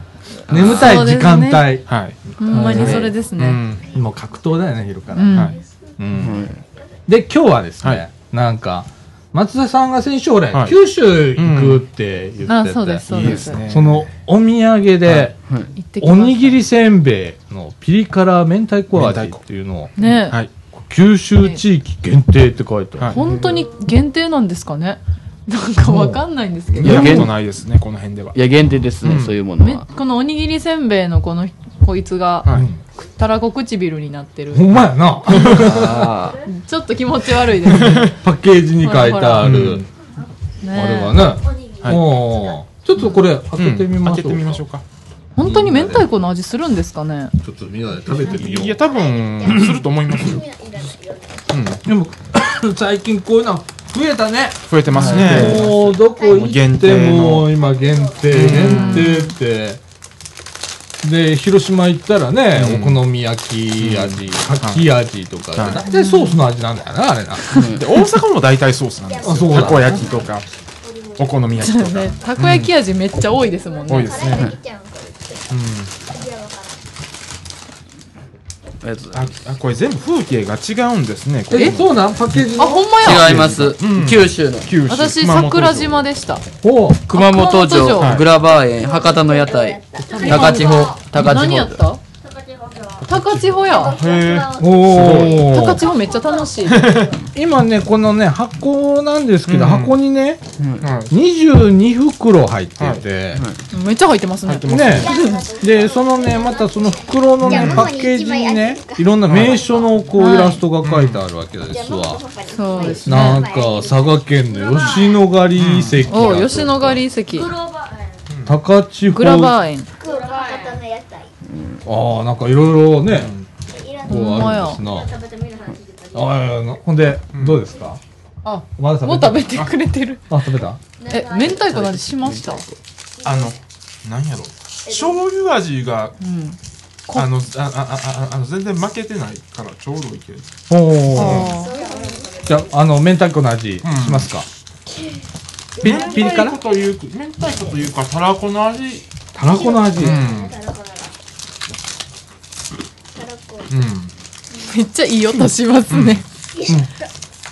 眠たい時間帯、そうはい。ーほんまにそれですうね。ん。もう格闘だよね昼かうら、ん。はい。うんで今日はですね、はいなんか松田さんが先週俺、はい九州行くって言ってて、あ、そうです、そうです。ねそのお土産で、行ってきまおしたにぎりせんべいのピリ辛明太子味っていうのをね、はい。九州地域限定って書いてある、はい本当に限定なんですかね <laughs> なんかわかんないんですけ見どやたことないですね、この辺では。いや、限定ですね、うんそういうものめは。このおにぎりせんべいのこのこいつがはい。たらこ唇になってるほんまやなあーちょっと気持ち悪いですけど <laughs> パッケージに書いてある、うんあれはね、ねはいおーちょっとこれ開けてみましょうか、開けてみましょうか。本当に明太子の味するんですかねちょっとみんなで食べてみよういや、多分、すると思いますよ。うん。でも <coughs> 最近こういうの増えたね増えてますね。もうどこ行限って定のも今限定限定ってで広島行ったらね、うんお好み焼き味、かき味とか、はい大体ソースの味なんだよなあれな、で、大阪も大体ソースなんですあそうよ。だたこ焼きとか、お好み焼きとか。ねたこ焼き味めっちゃ多いですもんね、多いですね。うんありがとうございあ、あこれ全部風景が違うんですね。こえそうなんパッケージあのほんまます。や違います。九州の。九州私熊本城桜島でしたおう熊本熊本城、城グラバー園、博多の屋台、高千穂、高千何やっ穂。た高千穂やへおー高千穂めっちゃ楽しい今ねこのね箱なんですけど、うん箱にねはい。 22袋入ってて、めっちゃ入ってますね、ねでそのねまたその袋のねパッケージにねいろんな名所のこうイラストが書いてあるわけですわ、そうですなねんか佐賀県の吉野ヶ里遺跡だとか、お吉野ヶ里遺跡高千グラ穂バあー園あなんかいろいろねこうあるんですなあいやいやなほんで、どうですかあまだ食もべうた食べてくれてるあ食べたえ明太子の味しましたあの、なんやろ。醤油味が、あの、あ、あ、あ、ああの、全然負けてないから、ちょうどいける。おおじゃああの明太子の味しますか、ピリピリ辛明太子というか、明太子というか、たらこの味。たらこの味、うん。うん。めっちゃいい音しますね、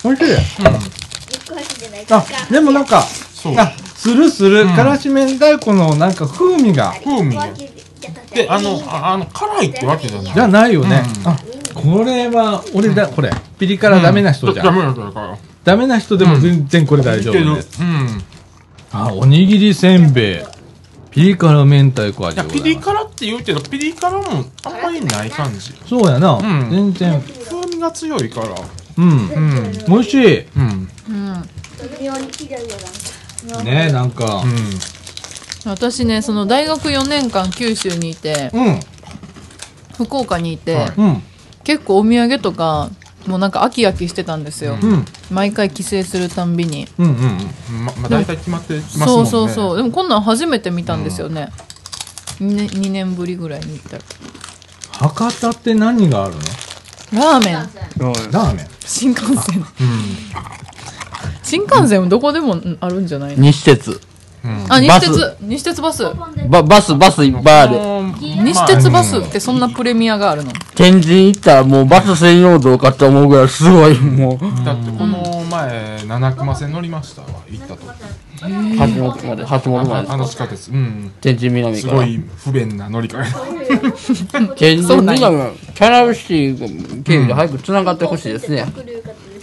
美味しいあでもなんかそう。あするする、んからし明太子のなんか風味が風味が。で、あの、ああの、辛いってわけじゃない。じゃないよね、うんあこれは俺だ、これピリ辛ダメな人じゃん、ダメな人だから。ダメな人でも全然これ大丈いけ夫るです、うん。あおにぎりせんべいピリ辛明太子味いでやござピいリます辛って言うけどピリ辛もあんまりない感じそうやな、ん全然風味が強いからうんうん美味しいうんねなんか私ねその大学4年間九州にいてうん福岡にいて、はいうん結構お土産とかもうなんか飽き飽きしてたんですよ、うん毎回帰省するたんびにうんうんうんままあ大体決まってますもんねそうそうそううでもこんなん初めて見たんですよね、二年 2, 年ぶりぐらいに見たら博多って何があるのラーメンラーメン新幹線ん新幹線もどこでもんあるんじゃないの、西鉄。あ西バス鉄西鉄バスばバス、バスいっぱいある。西鉄バスってそんなプレミアがあるの天神行ったらもうバス専用道かって思うぐらいすごい、もう。だってこの前七熊線乗りましたわ行ったと初本まで、初本まであ。の地下鉄うん天神南すかごら。い不便な乗り換え天神南はキャラシー経由で早く繋がってほしいですね。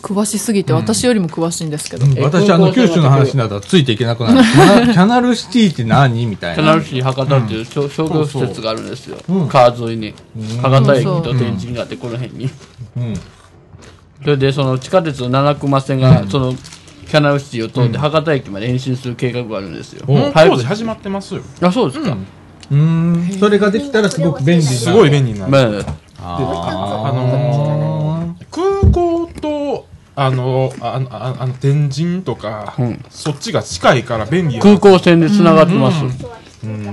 詳しすぎて私よりも詳しいんですけど、うん私あの九州の話になったらついていけなくなるキャナキャナルシティって何みたいキャなナルシー博多っていう商商業施設があるんですようん。川沿いに。博多駅とそう天神があって、この辺に。うんそれでその地下鉄の七熊線がそのキャナルシティを通って博多駅まで延伸する計画があるんですよ。もう早工事く。始まってますよあ、そうですか。うーんそれができたらすごく便利になるすごい便利になるまあ、ああのー空港とあのあのああの天神とかうんそっちが近いから便利や空港線で繋がってます。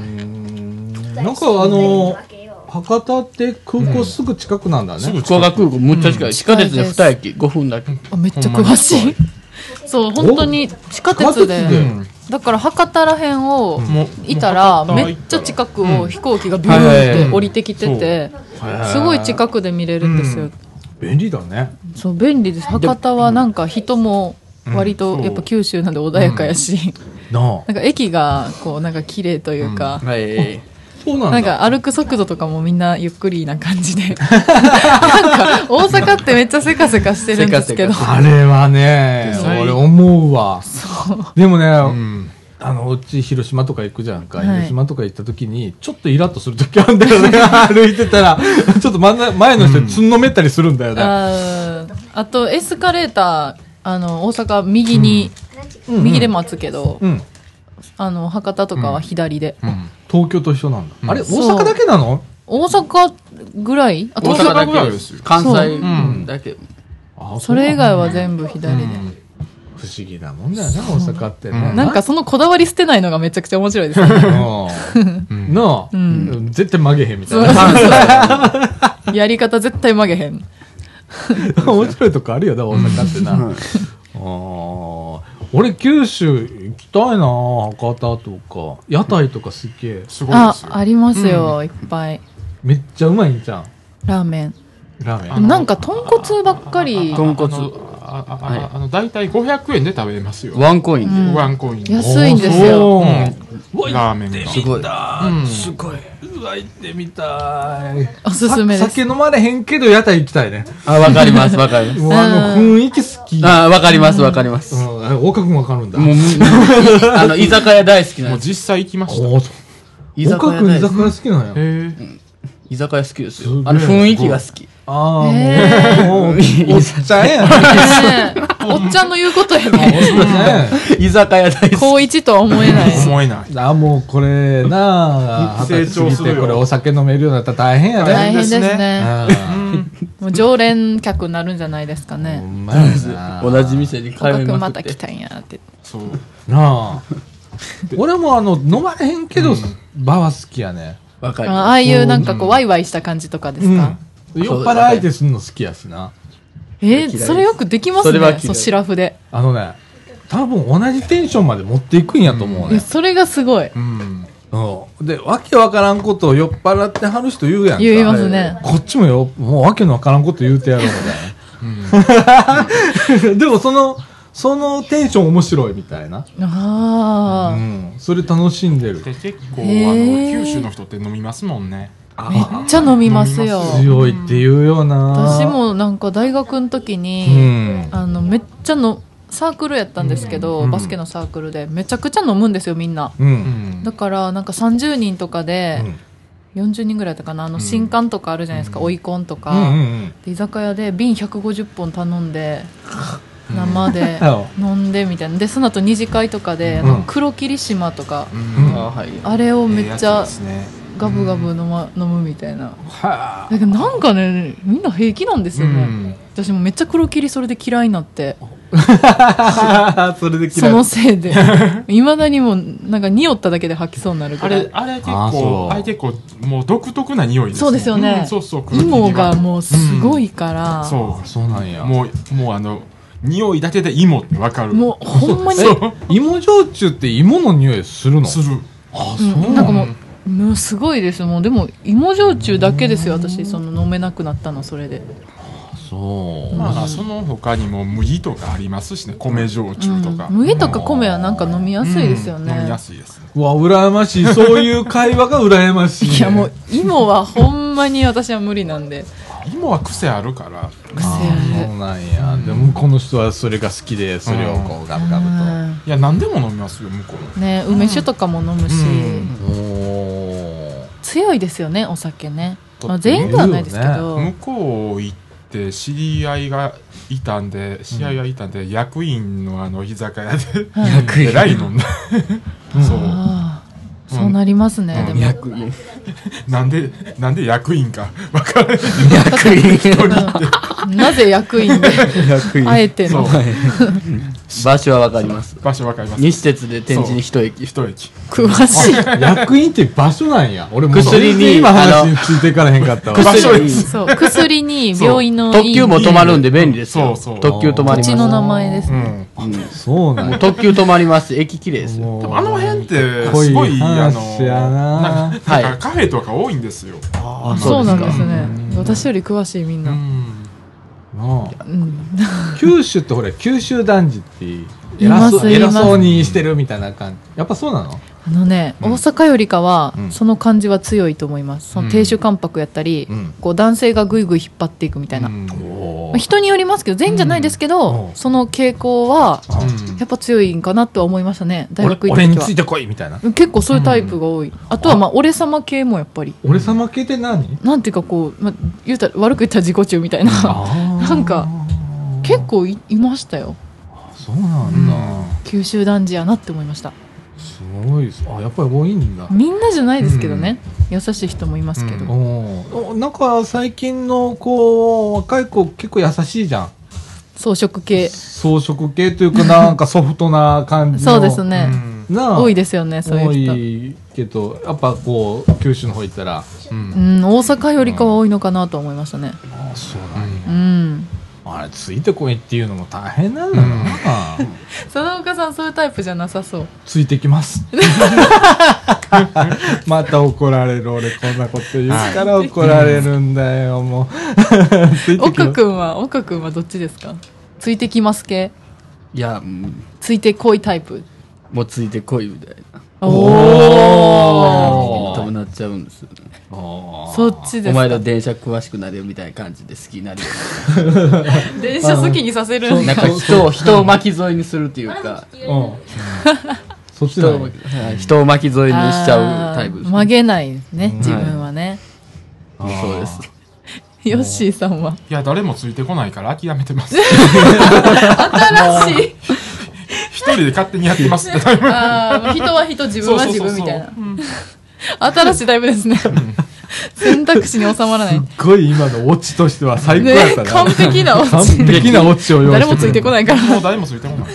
ーなんかあのー博多って空港すぐ近くなんだね、すぐ福近岡く空港むっちゃ近い。地下鉄で2駅、5分だけ。あめっちゃ詳しいそう本当に地下鉄で地下鉄でうんだから博多らへんをもいたらもう博多めっちゃ近くうをん飛行機がビューンって降りてきててすごい近くで見れるんですよ、便利だねそう便利です博多はなんか人も割とうんやっぱ九州なんで穏やかやし、なあなんか駅がこうなんか綺麗というか、はい。そうなんだ。なんか歩く速度とかもみんなゆっくりな感じで。なんか大阪ってめっちゃせかせかしてるんですけど。せあれはね、そう俺思うわ。でもね、うんあの、うち広島とか行くじゃんか。はい広島とか行った時に、ちょっとイラッとする時あるんだよね。 <laughs> 歩いてたら、ちょっと真ん中前の人につんのめったりするんだよね。あーあとエスカレーター、あの、大阪右に、うん右で待つけど、うん。あの、博多とかは左で。東京と一緒なんだ。あれ、大そう阪だけなの大阪ぐらいあ、大東京阪だけですよ関そう西んだけ。あそれ以う外は全部左で。なんだ不思議なもんだよね、大阪ってね。うんなんかそのこだわり捨てないのがめちゃくちゃ面白いですよね。うんなあ、絶対曲げへんみたいな。関西やり方絶対曲げへん。面白いとこあるよな、大阪ってな。あー俺、九州行きたいな、博多とか。屋台とかすっげえ。すごいであす、よありますよ、いっぱい。めっちゃうまいんじゃん。ラーメン。ラーメあン。のなんか豚骨ばっかり。豚骨あのあああはいあの大体500円で食べれますよワンコインで。ワンコインで安いんですよ。おーうんラーメンがすごい。うんすごい。うわ、行ってみたい。おすすめでさす酒飲まれへんけど、屋台行きたいね。あ、わかります、わかります。もうあの、雰囲気好き。うんあ、わかります、わかります。も大川君わかるんだ。 <laughs> う、あの、居酒屋大好きなんもうです。実際行きましたおーそう居大酒川屋君居大好酒き。屋好きなんや。へえ居酒屋好きですすげよえ。あの、雰囲気が好き。あへあ、もう、おっちゃんやん。おっねえ <laughs> おっちゃんの言うことやね。ちゃんやん居酒屋大好高一とは思えない。思えないあもうこれなあ <laughs> 成長二十歳過するぎよてこれお酒飲めるようになったら大変やね大変です大変ですね。うんもう常連客になるんじゃないですかほね。んまやなき。同じ店に通高いくまますたっ来て。たんやって。そう <laughs> なあ俺もあの飲まれへんけど場は好きやねわかりあまあいうなんかこうワイワイした感じとかでうすんか酔っ払い相手すんの好きやしなえ嫌いそれよくできますそれは嫌ね。いそう、シラフで。あのね多分同じテンションまで持っていくんやと思ういやね、それがすごい。うんうん、でわけわからんことを酔っ払ってはる人言うやんか言いますね。こっちもよ、もうわけのわからんこと言うてやろうみたいな。でもその、そのテンション面白いみたいな。うあん。それ楽しんでる。で結構あへのえ九州の人って飲みますもんねあ。めっちゃ飲みますよ。強いって言うよな。私。もなんか大学の時うに、ん。あの、めっちゃの、サークルやったんですけど、うんバスケのサークルで、めちゃくちゃ飲むんですよ、みんな。う。うんんだから、なんか30人とかで、40人ぐらいだったかな、あの、新刊とかあるじゃないですか、追い込んとうんうんうか。ん。で居酒屋で瓶150本頼んで、生 <laughs> でう飲んでみたいな。で、その後二次会とかで、あうんの黒霧島とか、うす。んあはい。あれをめっちゃええやつですねガブガブ飲,、ま、飲むみたいな。はだけどなんかね、みんな平気なんですよね。うん私もめっちゃ黒霧それで嫌いになって、あ。それでそ嫌のい。せい <laughs> で。いまだにもう、なんか匂っただけで吐きそうになるあぐられい。あれ結あそ構うあれ結構もう独特な匂いですそうですよねんそうそう芋がもうすごいかうんら、そそうなんや。うもうもうあの匂いだけで芋ってわかるもうほんまに、そう芋焼酎って芋の匂いするのするあ、うそんうなんかのもう、もうすごいです。もうでも、芋焼酎だけですよ、私。その飲めなくなったの、それで。そう。まあその他にも麦とかありますしね米焼酎とかうん麦とか米はなんか飲みやすいですよね。うん飲みやすいですねうわ、羨ましい。そういう会話が羨ましい。いやもう、芋はほんまに <laughs> 私は無理なんで。芋は癖あるから癖ああそうなんや、でもこの人はそれが好きでそれをこうガブガブいや何でも飲みますよ向こる。ね、梅酒とかも飲むし、うんと、おー強いですよね、お酒ね。とまあ、全員ではないですけうど。向こう行って知り合いがいたんで知り合いがいたんで役員のあの居酒屋で役えらい飲んだそうああ、そうなりますね、でも。役員。なんでなんで役員か分からない役員。なぜ役員で、役あえての。はい場所はわかります。場所分かります西鉄で天神に一駅。一駅詳しい。 <laughs> 役員って場所なん <laughs> や俺もう薬に全然今話についていかれへんかったわ場所ですそう、 <laughs> 薬に病院の特急も院止まるんで便利ですよ。そうそう特急止まりま土す。地の名前ですうね。んそうなんや特急止まります。駅綺麗ですよ。もうあの辺ってすご濃いいあ話のやななんかはいなんかカフェとか多いんですよあそうなんですか。ね。私より詳しいみんうな。んなあうん。九州ってほら九州男児っていま偉すそうい偉ますそうにしてるみたいな感じやっぱそうなのあのね、うん大阪よりかは、うんその感じは強いと思います。その亭主関白やったり、うんこう男性がぐいぐい引っ張っていくみたいな。うんおまあ人によりますけど、全員じゃないですけど、うんその傾向は、やっぱ強いんかなとは思いましたね、大学行った俺に時ついは。てこいみたいな結構そういうタイプが多い。あとは、まあ、俺様系もやっぱり。俺様系って何なんていうかこう、まあ、言うたら、悪く言ったら自己中みた <laughs> いな。なんか、 <laughs> 結構いいましたよ。そうなんだ、九州男児やなって思いました。すごいですあやっぱり多いんだ、みんなじゃないですけどね。優しい人もいますけど。うんおおなんか最近のこう若い子結構優しいじゃん装飾系。装飾系という <laughs> かなんかソフトな感じのそうですね。なあ多いですよね、そういう人。多いけどやっぱこう九州の方行ったらうんうん、大阪よりかは多いのかなと思いましたね。あそううん。あれついてこいっていうのも大変なんだな、佐野岡さん、そういうタイプじゃなさそう。ついてきます <laughs> また怒られる俺こんなこと言うから怒られるんだよもう <laughs> ついてきま岡すくんは、岡くんはどっちですかついてきます系いや、うんついてこいタイプもうついてこいみたいな。おー多分なっちゃうんですよね。おーそっちでおす前か。ら電車詳しくなれよみたいな感じで好きになるよ電車好きにさせる。う <laughs> な。なんか人を、人を巻き添えにするっていうか、うんそっちだ人をよはい人を巻き添えにしちゃうタイプあでーす。曲げないですね、ん自分はね。そうです。ヨッシーさんは。いや誰もついてこないから諦めてます新しい。一人で勝手にやってますってああ、人は人、自分は自分みたいな。新しいタイプ <laughs> ですね。選択肢に収まらない。すっごい今のオチとしては最高ねやった、な、完璧なオ完チ。璧なオチを用意して誰もついてこい <laughs> ないから。もう誰もついてこない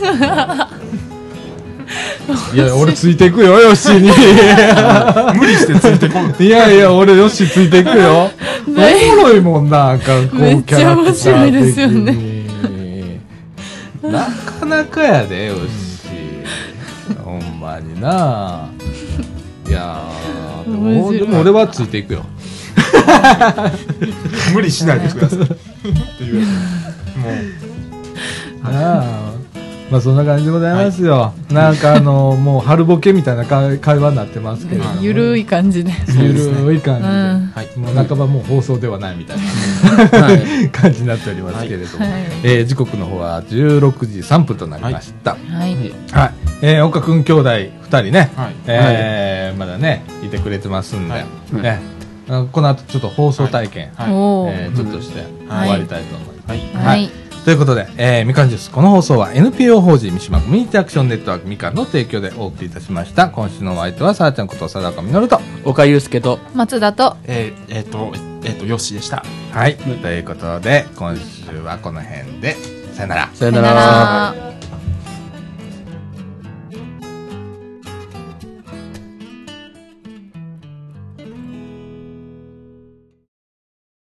いや俺ついていくよヨッシー <laughs> に無理してついてこないいやいや俺ヨッシーついていくよおもねろいもんな学校めっちゃ面白いですよねねなかなかやでよっしーほんまにないやーで面も白いでも俺はついていくよ無理しないでくださいっていうもうなあまあそんな感じでございますよ、なんかあのもう春ボケみたいなか会話になってますけれどもゆるい感じで。ゆるい感じで、うんはい、もう半ばもう放送ではないみたいな、は <laughs> 感じになっておりますけれども、はいえー時刻の方は16時3分となりました、はいはい。えー岡君兄弟2人ね、はいえーまだねいてくれてますんで、はいね、あのこの後ちょっと放送体験、はいおえーーちょっとして終わりたいと思います、はいはい。ということで、えーみかんジュースこの放送は NPO 法人三島コミュニティアクションネットワークみかんの提供でお送りいたしました今週のお相手はさあちゃんこと貞岡稔とい。岡祐介と、松田と、えーえっとえっとよしでしたはいということで今週はこの辺でさよならさよなら。ら。